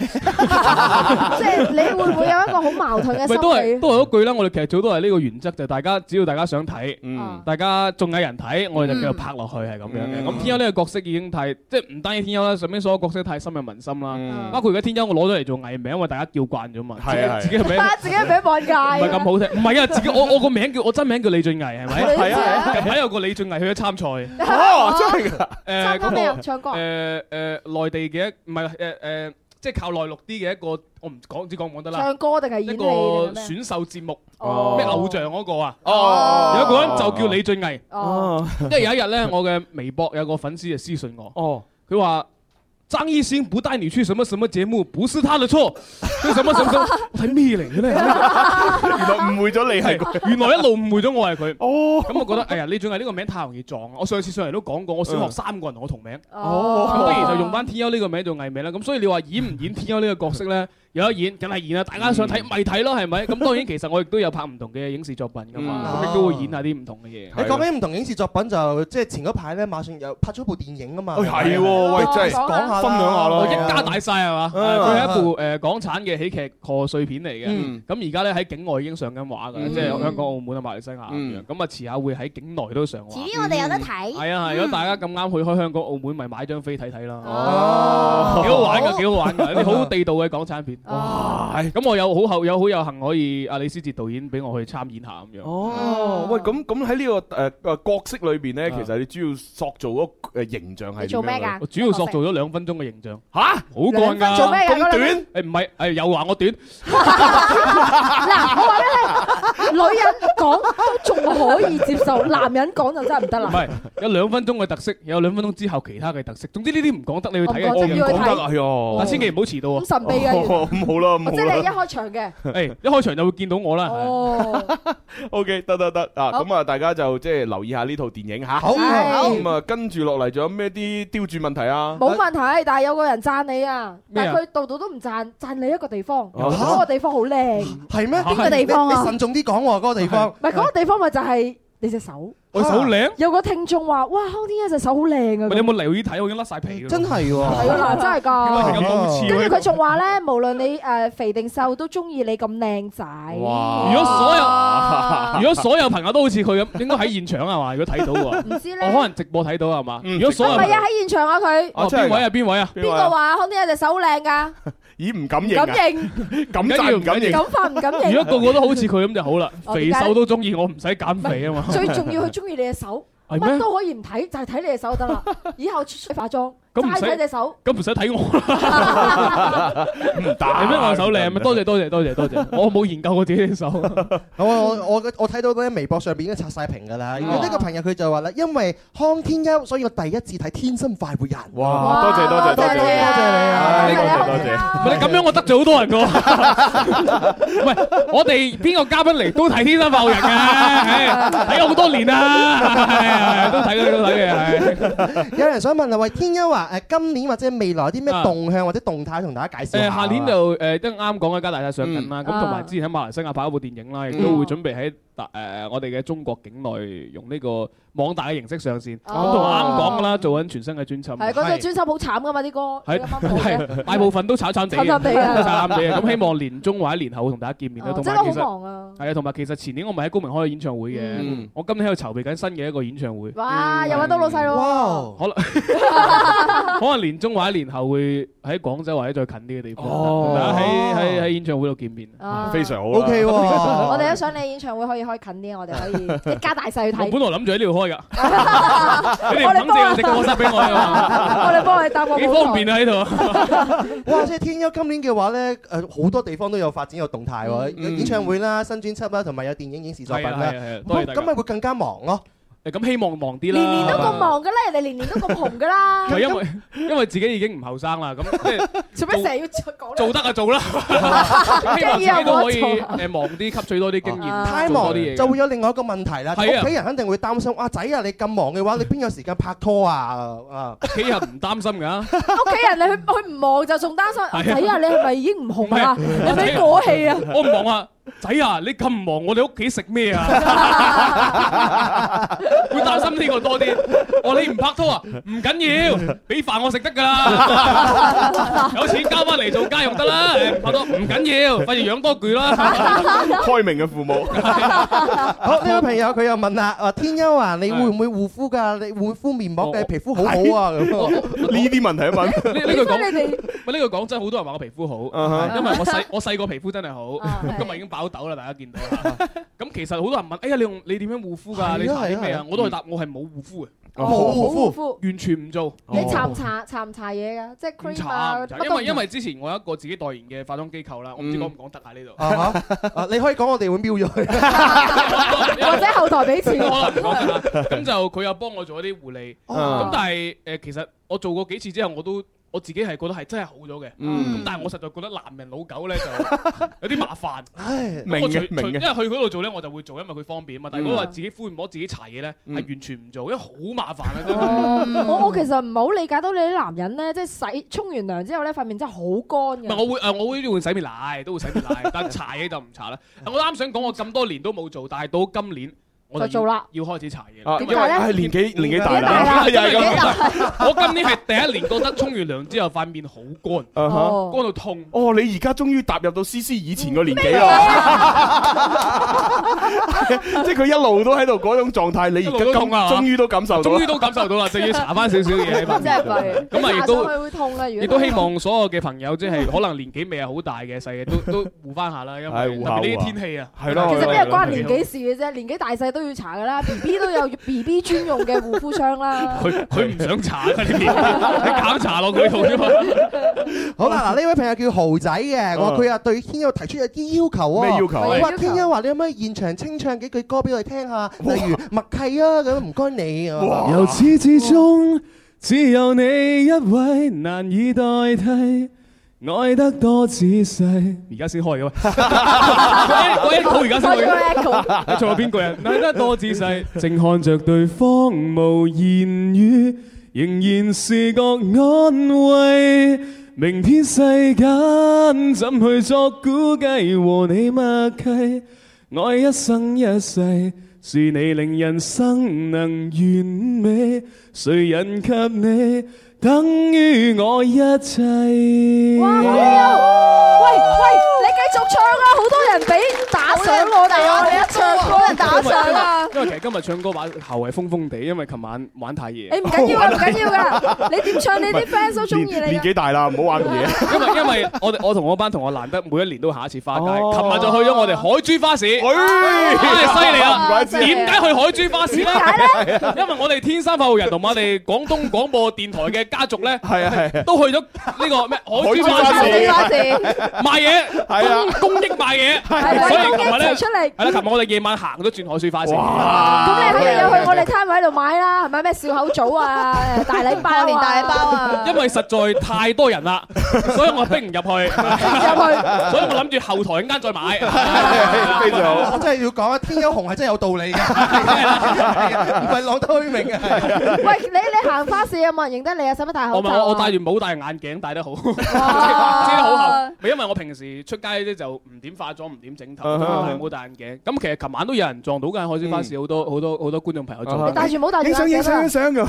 Speaker 4: 即係你會唔會有一個好矛盾嘅
Speaker 13: 咪
Speaker 4: 心
Speaker 13: 都係
Speaker 4: 理？
Speaker 13: 都係嗰句啦。我哋劇組都係呢個原則，就係大家只要大家想
Speaker 4: 嗯
Speaker 13: 睇，大家仲有人睇，我哋就繼續拍落去係咁樣
Speaker 4: 嗯
Speaker 13: 嘅。咁天優呢個角色已經太即係唔單止天優啦，上面所有角色太深入民心
Speaker 4: 嗯
Speaker 13: 啦。包括而家天優，我攞咗嚟做藝名，因為大家叫慣咗嘛，
Speaker 3: 係啊
Speaker 13: 自己自己嘅名。
Speaker 4: 自己俾望界，
Speaker 13: 唔 係咁好聽，唔係啊！自己我我個名叫我真名叫李俊毅 係咪？
Speaker 3: 係啊係啊
Speaker 13: 近排有個李俊毅去咗參賽。
Speaker 3: 哦，真係㗎。
Speaker 13: 誒
Speaker 4: 參加咩啊唱歌啊
Speaker 13: 誒誒內地嘅一唔係誒誒，即係靠內陸啲嘅一個，我唔講唔知講唔講得啦。
Speaker 4: 唱歌定係演
Speaker 13: 一
Speaker 4: 戲
Speaker 13: 個
Speaker 4: 定係咩？啊
Speaker 13: 選秀節目，
Speaker 4: 哦
Speaker 13: 咩偶像嗰個啊？
Speaker 3: 哦
Speaker 13: 有一個人就叫李俊毅。
Speaker 4: 哦，
Speaker 13: 因為有一日咧，我嘅微博有個粉絲就私信我，哦，佢話。張藝興不帶你去什麼什麼節目，不是他的錯， 佢什麼什麼什麼， 我睇咩嚟嘅咧？
Speaker 3: 原來誤會咗你係
Speaker 13: 佢，原來一路誤會咗我係佢。哦，咁我覺得，哎呀，李俊毅呢個名太容易撞啦。我上次上嚟都講過，我小學三個人同我同名，
Speaker 3: 哦
Speaker 13: 咁不如就用翻天優呢個名做藝名啦。咁所以你話演唔演天優呢 個角色咧，有得演，梗係演啦。大家想睇咪睇咯，係咪？咁當然其實我亦都有拍唔同嘅影視作品噶嘛，
Speaker 5: 嗯
Speaker 13: 咁亦都會演下啲唔同嘅嘢。
Speaker 5: 你講緊唔同影視作品就即係前嗰排咧，馬上又拍咗部電影啊嘛。
Speaker 13: 哎係喎喂真係
Speaker 5: 講下啦
Speaker 13: 分享下咯
Speaker 5: 係啊
Speaker 13: 一家大細係嘛？
Speaker 5: 嗯
Speaker 13: 佢係一部誒港產嘅喜劇賀歲片嚟
Speaker 5: 嗯
Speaker 13: 嘅。咁而家咧喺境外已經上緊畫㗎啦，
Speaker 5: 嗯
Speaker 13: 即係香港、澳門啊、馬來西亞咁樣。咁啊，遲下會喺境內都上畫。
Speaker 17: 遲啲我哋有得睇
Speaker 13: 係啊，係如果大家咁啱去開香
Speaker 6: Ờ.
Speaker 13: 港、澳門，咪買張飛睇睇啦。
Speaker 17: 哦
Speaker 13: 幾好玩㗎，幾好玩㗎，啲好地道嘅港產片。
Speaker 6: Ờ.
Speaker 13: 哇！咁我有好後有好有幸可以阿李思捷導演俾我去參演下咁樣。
Speaker 3: 哦，喂，咁咁喺呢個誒誒角色裏邊咧，其實你主要塑造嗰個誒形象係點
Speaker 13: 你
Speaker 3: 樣
Speaker 13: 做咩
Speaker 3: 㗎
Speaker 13: 㗎我主要塑造咗兩分鐘嘅形象。
Speaker 3: 嚇，
Speaker 13: 好幹㗎，
Speaker 4: 做咩㗎嗰兩分
Speaker 13: 誒唔係誒又話我短，
Speaker 4: 嗱，我話俾你聽，女人講都仲可以接受，男人講就真係唔得
Speaker 13: 唔
Speaker 4: 啦。
Speaker 13: 係有兩分鐘嘅特色，有兩分鐘之後其他嘅特色。總之呢啲唔講得，你去睇下
Speaker 4: 我唔講得
Speaker 13: 知
Speaker 4: 要去睇我唔講得
Speaker 3: 哎呦
Speaker 13: 但千祈唔好 遲到啊！
Speaker 4: 咁神秘嘅原來哦
Speaker 3: 咁好啦，
Speaker 4: 我即係你一開場嘅，
Speaker 13: 誒一開場就會見到我啦。
Speaker 4: 哦，
Speaker 3: O K，得得得啊，
Speaker 4: 好
Speaker 3: 咁啊，大家就即係留意下呢套電影吓。
Speaker 4: 好好
Speaker 3: 咁啊，跟住落嚟仲有咩啲刁鑽問題啊？
Speaker 4: 冇問題。但係有個人讚你啊，
Speaker 3: 咩
Speaker 4: 但
Speaker 3: 啊
Speaker 4: 係佢度度都唔讚，讚你一個地方，
Speaker 3: 哦
Speaker 4: 嗰個地方好靚。
Speaker 5: 係咩？
Speaker 4: 邊個地方啊
Speaker 5: 你你慎重啲講喎，嗰個地方。
Speaker 4: 唔係嗰個地方咪就係你隻手。
Speaker 13: 我手靚，
Speaker 4: 有個聽眾話：哇，康天一隻手好靚啊！
Speaker 13: 喂你有冇留意睇？我已經甩晒皮㗎啦。
Speaker 5: 真係喎
Speaker 4: 係啊，嗱，真係
Speaker 13: 係咁
Speaker 4: 㗎。
Speaker 13: 諷刺喎
Speaker 4: 跟住佢仲話咧，無論你誒肥定瘦，都中意你咁靚仔。
Speaker 13: 哇！如果所有如果所有朋友都好似佢咁，應該喺現場係嘛？如果睇到 喎，
Speaker 4: 唔知
Speaker 13: 我
Speaker 4: 咧，
Speaker 13: 可能直播睇到係嘛？如果所
Speaker 4: 啊
Speaker 13: 有
Speaker 4: 唔係啊，喺現場啊佢。
Speaker 13: 哦邊位啊邊位啊
Speaker 4: 邊個話康天一隻手好靚㗎？
Speaker 3: 咦，唔敢
Speaker 4: 唔
Speaker 3: 認啊，
Speaker 4: 敢認，
Speaker 3: 敢讚唔敢認，
Speaker 4: 敢發唔敢認。
Speaker 13: 如果個個都好似佢咁就好啦，
Speaker 4: 哦
Speaker 13: 肥
Speaker 4: 點解
Speaker 13: 瘦都中意，我唔使減肥啊嘛。
Speaker 4: 最重要，佢中意你隻手，
Speaker 13: 係咩
Speaker 4: 乜都可以唔睇，就係睇你隻手就得 啦。以後出去化妝，
Speaker 13: 咁唔
Speaker 4: 齋
Speaker 13: 使
Speaker 4: 睇隻手。
Speaker 13: 咁唔使 睇我啦，唔打你咩我手靚咩？啊多謝多謝多謝 多謝，我冇研究過自己隻手。啊
Speaker 5: 我啊我我我睇到嗰啲微博上邊已經刷晒屏㗎啦。呢個朋友佢就話啦，因為康天庥，所以我第一次睇《天生快活人》。
Speaker 3: 哇！多謝多謝多謝
Speaker 5: 多謝你啊！
Speaker 3: 多謝多謝。
Speaker 13: 唔係你咁樣，我得罪好多人 㗎喎。喂，我哋邊個嘉賓嚟都睇《天生快活人》嘅，唉睇咗好多年啦，係係都睇嘅都睇嘅係。
Speaker 5: 有人想問啊，喂，天庥話誒今年或者未來有啲咩
Speaker 13: 啊
Speaker 5: 動向或者動態同大家介紹
Speaker 13: 誒
Speaker 5: 下？
Speaker 13: 下年就誒都啱講嘅加拿大上緊啦，咁同埋之前喺馬來西亞拍一部電影啦，亦都會準備喺大誒我哋嘅中國境內用呢個網大嘅形式上線，咁
Speaker 4: 哦
Speaker 13: 同啱講㗎啦，做緊全新嘅專輯。
Speaker 4: 係嗰隻專輯好慘噶嘛啲歌，
Speaker 13: 係係大部分都炒炒地
Speaker 4: 炒
Speaker 13: 嘅，
Speaker 4: 炒地啊
Speaker 13: 炒炒 地啊！咁希望年中或者年後同大家見面啦。
Speaker 4: 哦
Speaker 13: 同
Speaker 4: 真
Speaker 13: 埋
Speaker 4: 係
Speaker 13: 其
Speaker 4: 好忙
Speaker 13: 實
Speaker 4: 啊！
Speaker 13: 係啊，同埋其實前年我咪喺高明開嘅演唱會嘅，我今年喺度籌備緊新嘅一個演唱會。
Speaker 4: 哇，又揾到老細咯！
Speaker 13: 可能可能年中或者年後會喺廣州或者再近啲嘅地方，
Speaker 3: 哦
Speaker 13: 同大家喺喺喺演唱會度見面，
Speaker 4: 啊
Speaker 3: 非常好啦 OK 喎
Speaker 4: 我哋都想你演唱會可以開近啲，我哋可以一家大細去
Speaker 13: 我
Speaker 4: 睇。
Speaker 13: 本來諗住喺呢度 開㗎，你哋
Speaker 4: 我哋
Speaker 13: 唔肯借我隻歌室俾 我 啊
Speaker 4: 我哋幫你搭個
Speaker 13: 嘛，
Speaker 4: 舞
Speaker 13: 幾
Speaker 4: 台
Speaker 13: 方便啊喺度。
Speaker 5: 哇！即係天庥今年嘅話咧，誒好多地方都有發展有動態喎，有演唱會啦、新專輯啦，同埋有電影影視作品
Speaker 13: 嗯係啊
Speaker 5: 啦
Speaker 13: 係啊係啊。多謝
Speaker 5: 咁
Speaker 13: 大家
Speaker 5: 咁咪會更加忙咯。
Speaker 13: 誒咁希望忙啲啦，
Speaker 4: 年年都咁忙噶啦，人哋年年都咁紅噶啦
Speaker 13: 唔。係因為 因為自己已經唔後生啦，咁即係。
Speaker 4: 做咩成日要講
Speaker 13: 做得啊 做啦，希望自己都可以誒忙啲，吸取多啲經驗，
Speaker 4: 啊
Speaker 5: 太
Speaker 13: 做
Speaker 5: 忙
Speaker 13: 多啲嘢。
Speaker 5: 就會有另外一個問題啦，
Speaker 13: 係啊
Speaker 5: 屋企人肯定會擔心。哇仔啊，你咁忙嘅話，你邊有時間拍拖啊？ 啊！
Speaker 13: 屋企人唔擔心㗎，
Speaker 4: 屋企人你去 去唔忙就仲擔心，
Speaker 13: 係啊
Speaker 4: 睇下你係咪已經唔
Speaker 13: 唔
Speaker 4: 紅啦？有冇過氣啊？
Speaker 13: 我唔忙啊，仔啊，你咁忙，我哋屋企食咩 啊？會擔心呢個多啲。我你唔拍拖啊？唔緊要，俾飯我食得 㗎啦，有錢交翻嚟做家用得啦。誒唔拍拖唔緊要，反而養多句啦。
Speaker 3: 開明嘅父母。
Speaker 5: 好，呢位朋友佢又問啦，話天庥啊，你會唔會護膚㗎？你護膚面膜嘅皮膚好好 啊咁
Speaker 13: 我
Speaker 5: 樣。
Speaker 3: 呢啲問題 一問，
Speaker 13: 呢呢句講，唔係呢句講真，好多人話我皮膚
Speaker 3: 啊
Speaker 13: 好，
Speaker 5: Uh-huh
Speaker 3: 哈
Speaker 13: 因為我細我細個皮膚真係好，今日已經爆痘啦，大家見到啦。咁其實好多人問，哎呀，你用你點樣護膚
Speaker 5: 係啊
Speaker 13: 㗎？你搽啲咩
Speaker 5: 係啊
Speaker 13: 啊？我都係答我係冇護膚嘅，
Speaker 5: 哦冇護
Speaker 4: 膚
Speaker 13: 完全唔做。
Speaker 4: 你搽唔搽搽唔搽嘢㗎？即係
Speaker 13: 唔
Speaker 4: cream
Speaker 13: 搽
Speaker 4: 啊
Speaker 13: 唔，搽因為因為之前我有一個自己代言嘅化妝機構啦，我唔知講唔講得啊呢 度。
Speaker 5: 啊哈啊你可以講我哋會瞄咗 佢。
Speaker 4: 或者後台俾錢。
Speaker 13: 可能唔講得啦。咁就佢又幫我做一啲護理，
Speaker 3: 哦
Speaker 13: 咁但係誒其實我做過幾次之後，我都我自己係覺得係真係好咗嘅。
Speaker 3: 嗯
Speaker 13: 咁但係我實在覺得男人老狗咧就有啲麻煩。
Speaker 3: 明
Speaker 13: 我除
Speaker 3: 嘅
Speaker 13: 除
Speaker 3: 明
Speaker 13: 因為
Speaker 3: 嘅。
Speaker 13: 去嗰度做咧，我就會做，因為佢方便啊嘛。但係如果話自己敷面膜、自己搽嘢咧，係完全唔做，因為好麻煩 啊。真係
Speaker 4: 我我其實唔係好理解到你啲男人咧，即係洗沖完涼之後咧，塊面真係好乾嘅。
Speaker 13: 唔係，我會誒，我會換洗面奶，都會洗面奶，但係搽嘢就唔搽啦。我啱想講，我咁多年都冇做，但係到今年。我我就
Speaker 4: 就做啦
Speaker 13: 要要開始查嘢
Speaker 3: 啊
Speaker 13: 啦。
Speaker 3: 點解咧唉年紀年紀大啦
Speaker 13: 啦，又係
Speaker 3: 年紀
Speaker 13: 咁。我今年係第一年覺得沖完涼之後塊面好乾，
Speaker 3: 啊哈
Speaker 13: 乾到痛。
Speaker 3: 哦，你而家終於踏入到思思以前個年紀
Speaker 13: 咩
Speaker 3: 啦， 即係佢一路都喺度嗰種狀態，你而
Speaker 13: 一路
Speaker 3: 家
Speaker 13: 都痛啊
Speaker 3: 咁終於都感受到啦，
Speaker 13: 終於都感受到啦，就要查翻少少嘢喺
Speaker 4: 真係貴
Speaker 13: 咁啊，亦
Speaker 4: 查上去會痛啊如
Speaker 13: 都
Speaker 4: 果
Speaker 13: 亦都希望所有嘅朋友，即係可能年紀未係好大嘅細嘅，都都護翻下啦，因
Speaker 3: 係
Speaker 13: 為
Speaker 3: 護
Speaker 13: 特
Speaker 3: 下
Speaker 13: 別呢啲
Speaker 3: 護下
Speaker 13: 天氣啊，
Speaker 3: 係咯
Speaker 4: 其實
Speaker 3: 係咯
Speaker 4: 咩
Speaker 3: 係咯
Speaker 4: 關年紀事嘅啫？年紀大細都要查噶啦，B B 都有 B B 專用嘅護膚霜啦。
Speaker 13: 佢佢唔想查啊！呢 啲你搞查落佢度啫嘛。
Speaker 5: 好啦，嗱呢位朋友叫豪仔嘅，我話
Speaker 13: 啊
Speaker 5: 佢啊對天佑提出有啲要求喎。
Speaker 13: 咩要求啊
Speaker 5: 佢話天佑話你可唔可以現場清唱幾句歌俾我哋聽下，例如默契啊咁，唔該你啊。
Speaker 12: 由始至終，只有你一位難以代替，愛得多仔細。
Speaker 13: 而家先開嘅
Speaker 4: Ờ,
Speaker 13: 喂， 嗰一嗰一個而家先
Speaker 12: 開咗個 echo
Speaker 13: 開，你仲有邊句啊？睇得多仔細，
Speaker 12: 正看着對方無言語，仍然是個安慰。明天世間怎去作估計和你默契？愛一生一世，是你令人生能完美。誰人及你，等於我一切。
Speaker 4: 哇，好嘢啊！喂喂，你繼續唱啊！好多人俾打賞我哋啊！你一唱歌，人打賞啊！
Speaker 13: 因為其實今日唱歌把喉係風風地，因為琴晚玩太夜。
Speaker 4: 你唔緊要啊，唔緊要噶。你點唱，你啲 fans 都中意你㗎。
Speaker 13: 大啦，唔好玩 嘢。因為因為我哋我同我班同學難得每一年都下一次花街，琴晚就去咗我哋海珠花市，唉犀利
Speaker 3: 唔怪
Speaker 13: 啦！
Speaker 3: 之
Speaker 13: 點解去海珠花市咧
Speaker 3: 點解咧？
Speaker 13: 因為我哋天生發號人同埋我哋廣東廣播電台嘅家族咧，係
Speaker 3: 啊係啊
Speaker 13: 都去咗呢個咩海珠花市
Speaker 3: 海珠花市
Speaker 13: 賣嘢，
Speaker 3: 係啊
Speaker 13: 公公益賣嘢，
Speaker 4: 係啊
Speaker 13: 所以
Speaker 4: 公
Speaker 13: 琴日咧
Speaker 4: 益一齊出嚟
Speaker 13: 係啦，琴日我哋夜晚行咗轉海珠花市。
Speaker 3: À,
Speaker 4: 咁你肯定有去我哋攤位度買啦，係咪咩笑口棗啊、誒大禮包啊、
Speaker 10: 年大禮
Speaker 6: à.
Speaker 10: 包
Speaker 4: 啊？
Speaker 13: 因為實在太多人啦，所以我逼唔入去，所以我諗住後台一間再買。
Speaker 5: 非常 好，我真係要講啊，天佑紅係真係有道理嘅，唔係浪得虛名嘅。
Speaker 4: 喂，你你行花市有冇人認得你啊？使乜戴
Speaker 13: 我
Speaker 4: 口罩啊
Speaker 13: 我我戴完帽戴眼鏡戴得好， 遮得好厚。咪因為我平時出街咧就唔點化妝，唔點整頭，
Speaker 3: 嗯哼
Speaker 13: 戴帽戴眼鏡。咁其實琴晚都有人撞到嘅，海鮮花市好多好多好多觀眾朋友撞到。
Speaker 4: 你戴住帽戴住眼鏡啊
Speaker 3: 相 㗎。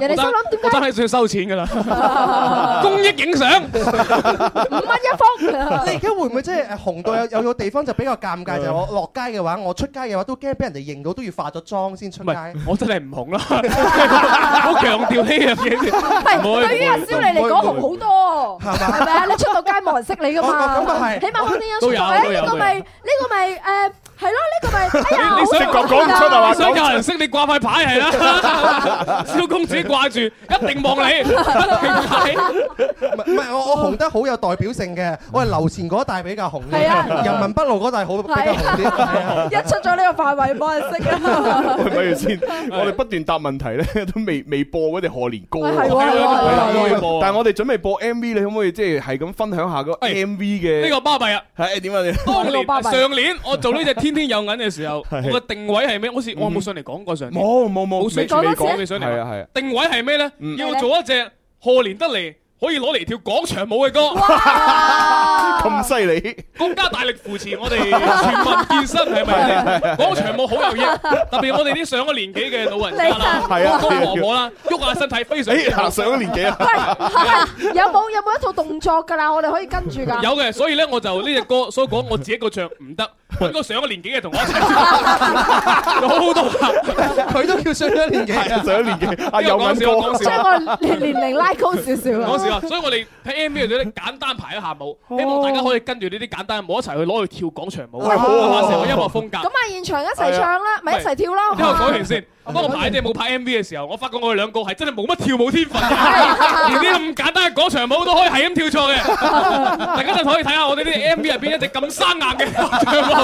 Speaker 4: 人哋心諗點
Speaker 13: 我真係想收錢㗎啦，公益影相。
Speaker 4: 五蚊一封。
Speaker 5: 你而家會唔會即係誒紅到有有個地方就比較尷尬，就係我落街嘅話，我出街嘅話都驚俾人哋認到，都要化咗妝先出街。
Speaker 13: 我真係唔紅啦，好強調呢樣嘢。唔
Speaker 4: 喂，
Speaker 13: 會
Speaker 4: 對於阿蕭你嚟講紅好多，係咪啊？你出到街冇人識你噶嘛？
Speaker 5: 哦咁啊係
Speaker 4: 起碼好啲人
Speaker 13: 都有
Speaker 4: 出到
Speaker 13: 都有
Speaker 4: 誒呢個咪呢個咪誒係咯？呢個咪哎呀，
Speaker 13: 你
Speaker 4: 好
Speaker 13: 想
Speaker 4: 熟悉啊
Speaker 13: 你想有人識你掛塊 牌係啦，蕭公子掛住，一定望 你，一定睇。
Speaker 5: 唔係我我紅得好有代表性嘅，我係樓前嗰一帶比較紅
Speaker 4: 係啊
Speaker 5: 嘅，人民北路嗰一帶好比較紅啲。
Speaker 4: 一出咗呢個範圍冇人 識啊！
Speaker 3: 喂，咪住先，我哋不斷答問題咧， 都未未播嗰隻賀年歌。
Speaker 4: 喂係喎係喎係喎
Speaker 3: 啦
Speaker 4: 係喎
Speaker 3: 但係我哋準備播 M V，你可唔可以即係係咁分享下個 M V 嘅？
Speaker 13: 呢個巴閉啊！
Speaker 3: 係點 啊？你
Speaker 13: 當年上年我做呢隻天天有銀嘅時候，我嘅定位係咩？好似我冇上嚟講過上年，
Speaker 3: 冇冇冇
Speaker 13: 冇上
Speaker 3: 未講多次
Speaker 13: 講你上嚟
Speaker 3: 係啊係啊
Speaker 13: 定位係咩咧？要做一隻賀年得嚟可以攞嚟跳廣場舞嘅歌。
Speaker 3: 咁犀利，
Speaker 13: 國家大力扶持我哋全民健身，係咪？廣場舞好有益，特別我哋啲上咗年紀嘅老人家啦，
Speaker 3: 係啊
Speaker 13: 公公婆婆啦，喐下身體非常之好。
Speaker 3: 哎上咗年紀啊！
Speaker 4: 有冇有冇一套動作㗎啦？我哋可以跟住㗎。
Speaker 13: 有嘅，所以咧我就呢只歌，所以講我自己一個唱唔得，揾個上咗年紀嘅同我一齊唱， 有好多
Speaker 5: 佢都叫上咗年紀
Speaker 3: 啊！上咗年紀啊，
Speaker 13: 又
Speaker 3: 又
Speaker 13: 講
Speaker 3: 敏
Speaker 13: 笑講
Speaker 3: 哥，
Speaker 13: 笑，
Speaker 4: 將我年年齡拉高少少啊！
Speaker 13: 講笑啊！所以我哋喺 MV 度咧簡單排一下舞，希望大家可以跟住呢啲簡單嘅舞一齊去攞去跳廣場舞，
Speaker 3: 喂好啊好啊
Speaker 13: 化成個音樂風格
Speaker 4: 咁。啊，現場一齊唱
Speaker 13: 啊
Speaker 4: 啦，咪一齊跳啦！好啊
Speaker 13: 因為
Speaker 4: 嘛
Speaker 13: 講完先，當我排啲冇拍 MV 嘅時候，我發覺我哋兩個係真係冇乜跳舞天分嘅，連啲咁簡單嘅廣場舞都可以係咁跳錯嘅。大家就可以睇下我哋啲 MV 入邊一隻咁生硬嘅廣場舞，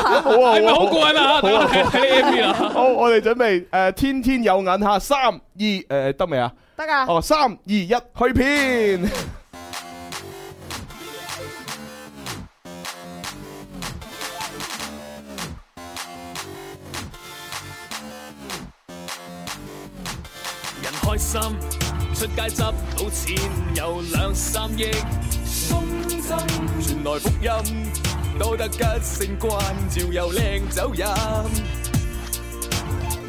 Speaker 3: 啊
Speaker 13: 係咪好過癮啊？
Speaker 3: 好
Speaker 13: 大
Speaker 3: 啊
Speaker 13: 家睇睇 MV 啦。
Speaker 3: 好，我哋準備誒天天有眼嚇，三二誒得未啊？
Speaker 4: 得㗎
Speaker 3: 哦，三二一，去 片。
Speaker 12: 人開心，出街執到錢有兩三億，風箏傳來福音，多得吉星關照又靚酒飲，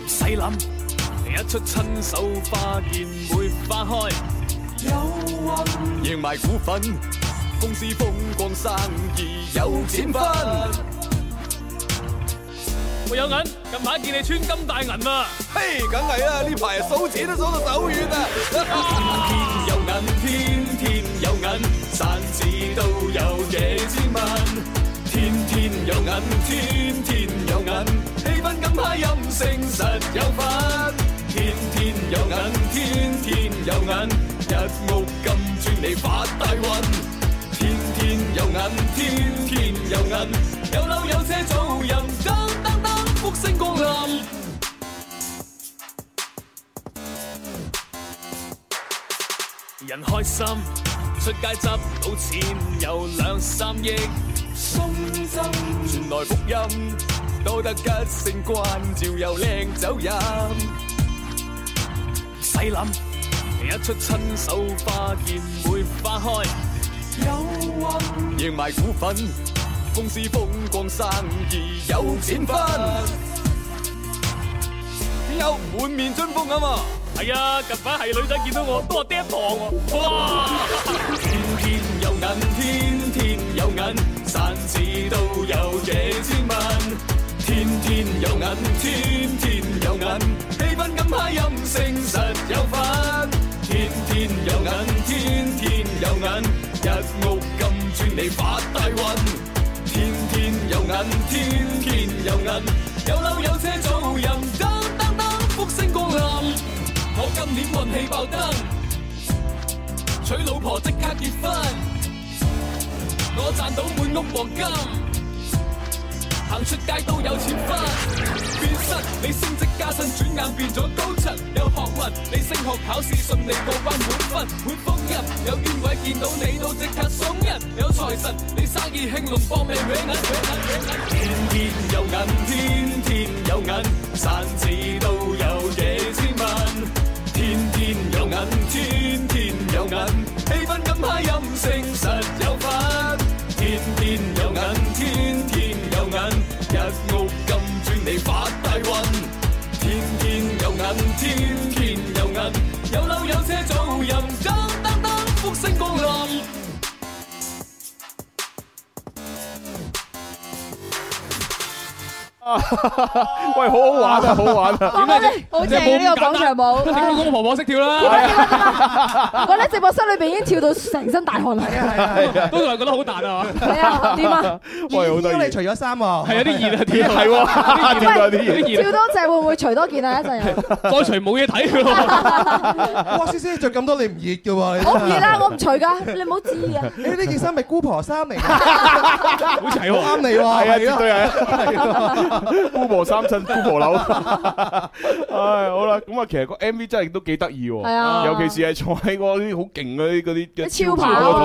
Speaker 12: 睇諗，一出親手發現會花開。有運贏埋股份，公司風光生意有錢分。
Speaker 13: 我有銀，近排見你穿金戴銀啊！
Speaker 12: 嘿，梗係啦，呢排數錢都數到手軟啊！天天有銀，天天有銀，散紙都有幾千蚊。天天有銀，天天有銀，氣氛咁嗨，任性實 有份。天天有銀，天天有銀，一屋金鑽你發大運。天天有銀，天天有銀，有樓有車做人，噔噔噔，福星光臨。人開心，出街執到錢有兩三億，心針傳來福音，多得吉星關照又靚酒飲，細諗一出親手發現會花開，有運贏埋股份，公司風光生意有錢分。有滿面春風咁啊！係啊，近排係女仔見到我都話爹糖喎，哇！天天有銀，天天有銀，散紙都有幾千蚊。天天有銀，天天有銀，氣氛咁嗨，任性實有份。天天有銀，天天有銀，一屋金鑽你發大運。天天有銀，天天有銀，有樓有車做人，噔噔噔，福星光臨。我今年運氣爆燈，娶老婆即刻結婚，我賺到滿屋黃金，行出街都有錢分。變身你升職加薪，轉眼變咗高層，有學運，你升學考試順利過關滿分，滿福人。有冤鬼見到你都即刻爽人，有財神你生意興隆，搏命搲銀天天有銀，天天有銀，散紙都有幾千蚊。天天有銀，天天有銀，氣氛咁嗨，任性實有份。天天有銀，天天有銀，一屋金鑽你發大運。天天有銀，天天有銀，有樓有車做人，噔噔噔，福星光臨。
Speaker 3: 喂，好好玩啊，好玩 啊！
Speaker 4: 好正啊呢個廣場舞，
Speaker 13: 你公公婆婆識跳啦，
Speaker 4: 我喺直播室裏邊已經跳到成身大汗嚟啊！
Speaker 13: 都仲係覺得好難啊！
Speaker 4: 係啊點 啊？
Speaker 3: 喂，好得意！
Speaker 5: 你除咗衫喎，
Speaker 13: 係有啲熱啊，跳
Speaker 3: 係喎
Speaker 13: 有啲熱啊，有啲熱
Speaker 4: 跳
Speaker 13: 啊，
Speaker 4: 多隻會唔會除多件啊？一陣又
Speaker 13: 再除冇嘢睇㗎咯。
Speaker 5: 哇！思思你着咁多你唔熱嘅喎，你真係
Speaker 4: 我唔熱啦，我唔除㗎，你唔好知啊！
Speaker 5: 你呢件衫咪姑婆衫嚟㗎，
Speaker 13: 好
Speaker 5: 似啱你喎，
Speaker 3: 係啊，絕對
Speaker 5: 係啊
Speaker 3: 係。姑婆三襯姑婆樓， 唉，好啦，咁啊，其實個 MV 真係都幾得意喎。
Speaker 4: 係啊
Speaker 3: 尤其是係坐喺嗰啲好勁嗰啲嗰啲
Speaker 4: 超跑啊
Speaker 3: 嗰度，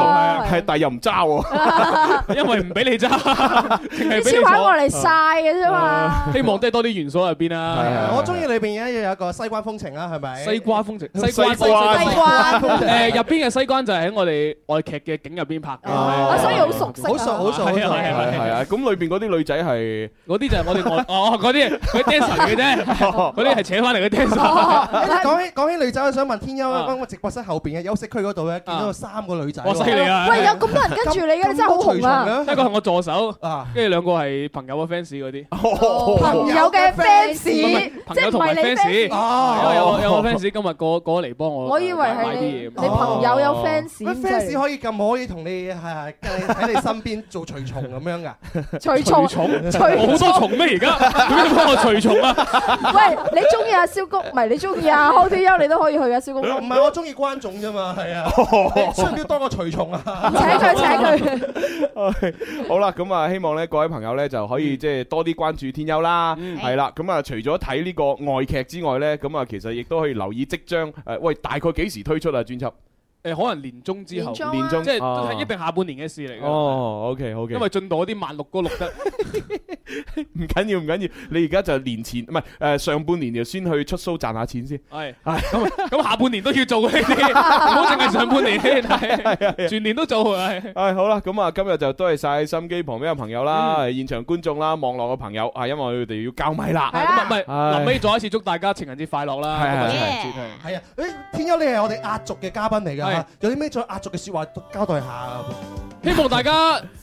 Speaker 4: 係
Speaker 3: 係，但係又唔揸
Speaker 13: 喎，因為唔俾你 揸，淨係俾
Speaker 4: 超
Speaker 13: 你
Speaker 4: 跑
Speaker 13: 坐啊
Speaker 4: 我啊嚟晒嘅啫嘛，
Speaker 13: 希望都係多啲元素喺入邊啦。
Speaker 5: 我中意裏邊咧有一個西關風情啦，係咪？
Speaker 13: 啊西瓜風情，
Speaker 5: 西
Speaker 13: 瓜
Speaker 5: 瓜西瓜風情
Speaker 13: 誒入邊嘅西關就係喺我哋外劇嘅景入邊拍嘅，
Speaker 4: 所以好熟悉啊
Speaker 5: 哦好熟好熟好熟
Speaker 13: 係啊係啊
Speaker 3: 係
Speaker 13: 係啊！
Speaker 3: 啊，咁裏邊嗰啲女仔係
Speaker 13: 嗰啲就係我 哋外哦嗰啲佢 dancer 嘅啫，嗰啲係扯翻嚟嘅
Speaker 4: 哦
Speaker 13: dancer。
Speaker 5: 講起講起女仔，我想問天優啊，我直播室後邊嘅休息區嗰度咧，見到有三個女仔喎。
Speaker 13: 哇！犀利啊！
Speaker 4: 喂有咁多人跟住你嘅，你真係好紅啊！
Speaker 13: 一個係我助手，
Speaker 5: 啊
Speaker 13: 跟住兩個係朋友嘅 fans 嗰啲。
Speaker 4: 朋友嘅 fans，即
Speaker 13: 朋
Speaker 4: 係
Speaker 13: 友
Speaker 4: 唔
Speaker 13: 同埋
Speaker 4: 係你
Speaker 13: fans，因為
Speaker 4: fans
Speaker 13: 啊
Speaker 5: 啊
Speaker 13: 有有個 fans 今日過過嚟幫我，
Speaker 4: 我以為係
Speaker 13: 買啲嘢哦
Speaker 4: 你朋友有 fans
Speaker 5: 喂 fans 可以咁可以同你係係喺你身邊做隨從咁樣噶？
Speaker 4: 隨從
Speaker 13: 蟲，哦好多蟲咩而 家？點解幫我除蟲啊？
Speaker 4: 喂，你中意阿蕭谷，唔係你中意阿康天庥，你都可以去嘅蕭谷。
Speaker 5: 唔係我中意關總啫嘛，係啊，
Speaker 13: 哦
Speaker 5: 需唔需要多個隨從啊？
Speaker 4: 請佢請佢。
Speaker 3: 好啦，咁啊，希望咧各位朋友咧就可以即係多啲關注天優啦，係啦，咁啊，除咗睇呢個外劇之外咧，咁啊，其實亦都可以留意即將誒，喂，大概幾時推出啊專輯？
Speaker 13: 誒可能年中之後，
Speaker 3: 年中啊年中
Speaker 13: 即係
Speaker 3: 啊
Speaker 13: 係一定下半年嘅事嚟嘅。
Speaker 3: 哦，OK OK，
Speaker 13: 因為進度嗰啲萬六歌錄得，
Speaker 3: 唔緊要唔緊要，你而家就年前唔係誒上半年就先去出 show 賺下錢先。
Speaker 13: 係咁咁下半年都要做呢 啲，唔好淨係上半年，係全年都做係。
Speaker 3: 唉，好啦，咁啊，今日就多謝晒心機旁邊嘅朋友啦，現場觀眾啦，網絡嘅朋友啊，因為佢哋要交咪啦。
Speaker 13: 係咁唔係，
Speaker 3: 唉
Speaker 13: 臨尾再一次祝大家情人節快樂啦！
Speaker 3: 係係
Speaker 13: 今日情人節係。
Speaker 5: 係啊，誒，天優你係我哋壓軸嘅嘉賓嚟㗎嚇，有啲咩再壓軸嘅説話交代下啊？
Speaker 13: 希望大家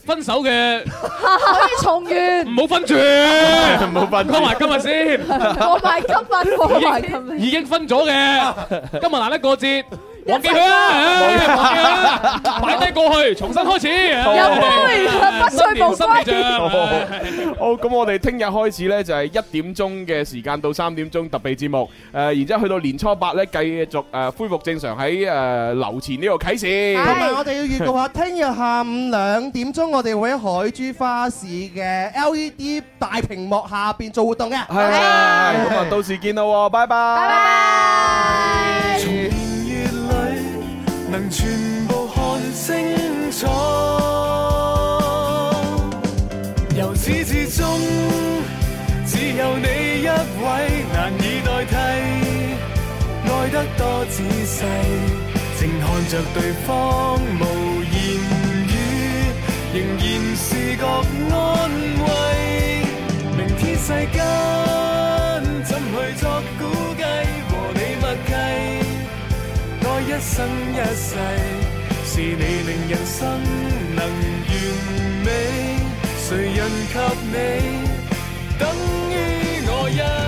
Speaker 13: 分 手嘅
Speaker 4: 可以重圓，
Speaker 13: 唔好分住，
Speaker 3: 唔好分
Speaker 13: 過埋今日先，
Speaker 4: 過埋今日過埋今日
Speaker 13: 已經已經分咗嘅，今日難得過節。忘記佢啦，唉忘記佢啦，擺低過去，重新開始。唉新年新氣象唉
Speaker 3: 好，咁我哋聽日開始呢，就係一點鐘嘅時間到三點鐘特備節目，誒，然之後去到年初八呢，繼續誒恢復正常喺誒樓前呢度啟事。
Speaker 5: 同埋我哋要預告下，聽日下午兩點鐘，我哋會喺海珠花市嘅 LED 大屏幕下邊做活動嘅。
Speaker 3: 係啊，咁啊，到時見啦喎，拜拜。
Speaker 12: 從年月裏能全部看清楚，由始至終只有你一位難以代替，愛得多仔細，靜看着對方無言語，仍然是覺安慰。明天世間怎去作估計和你默契？愛一生一世，是你令人生能完美。誰人及你，等於我一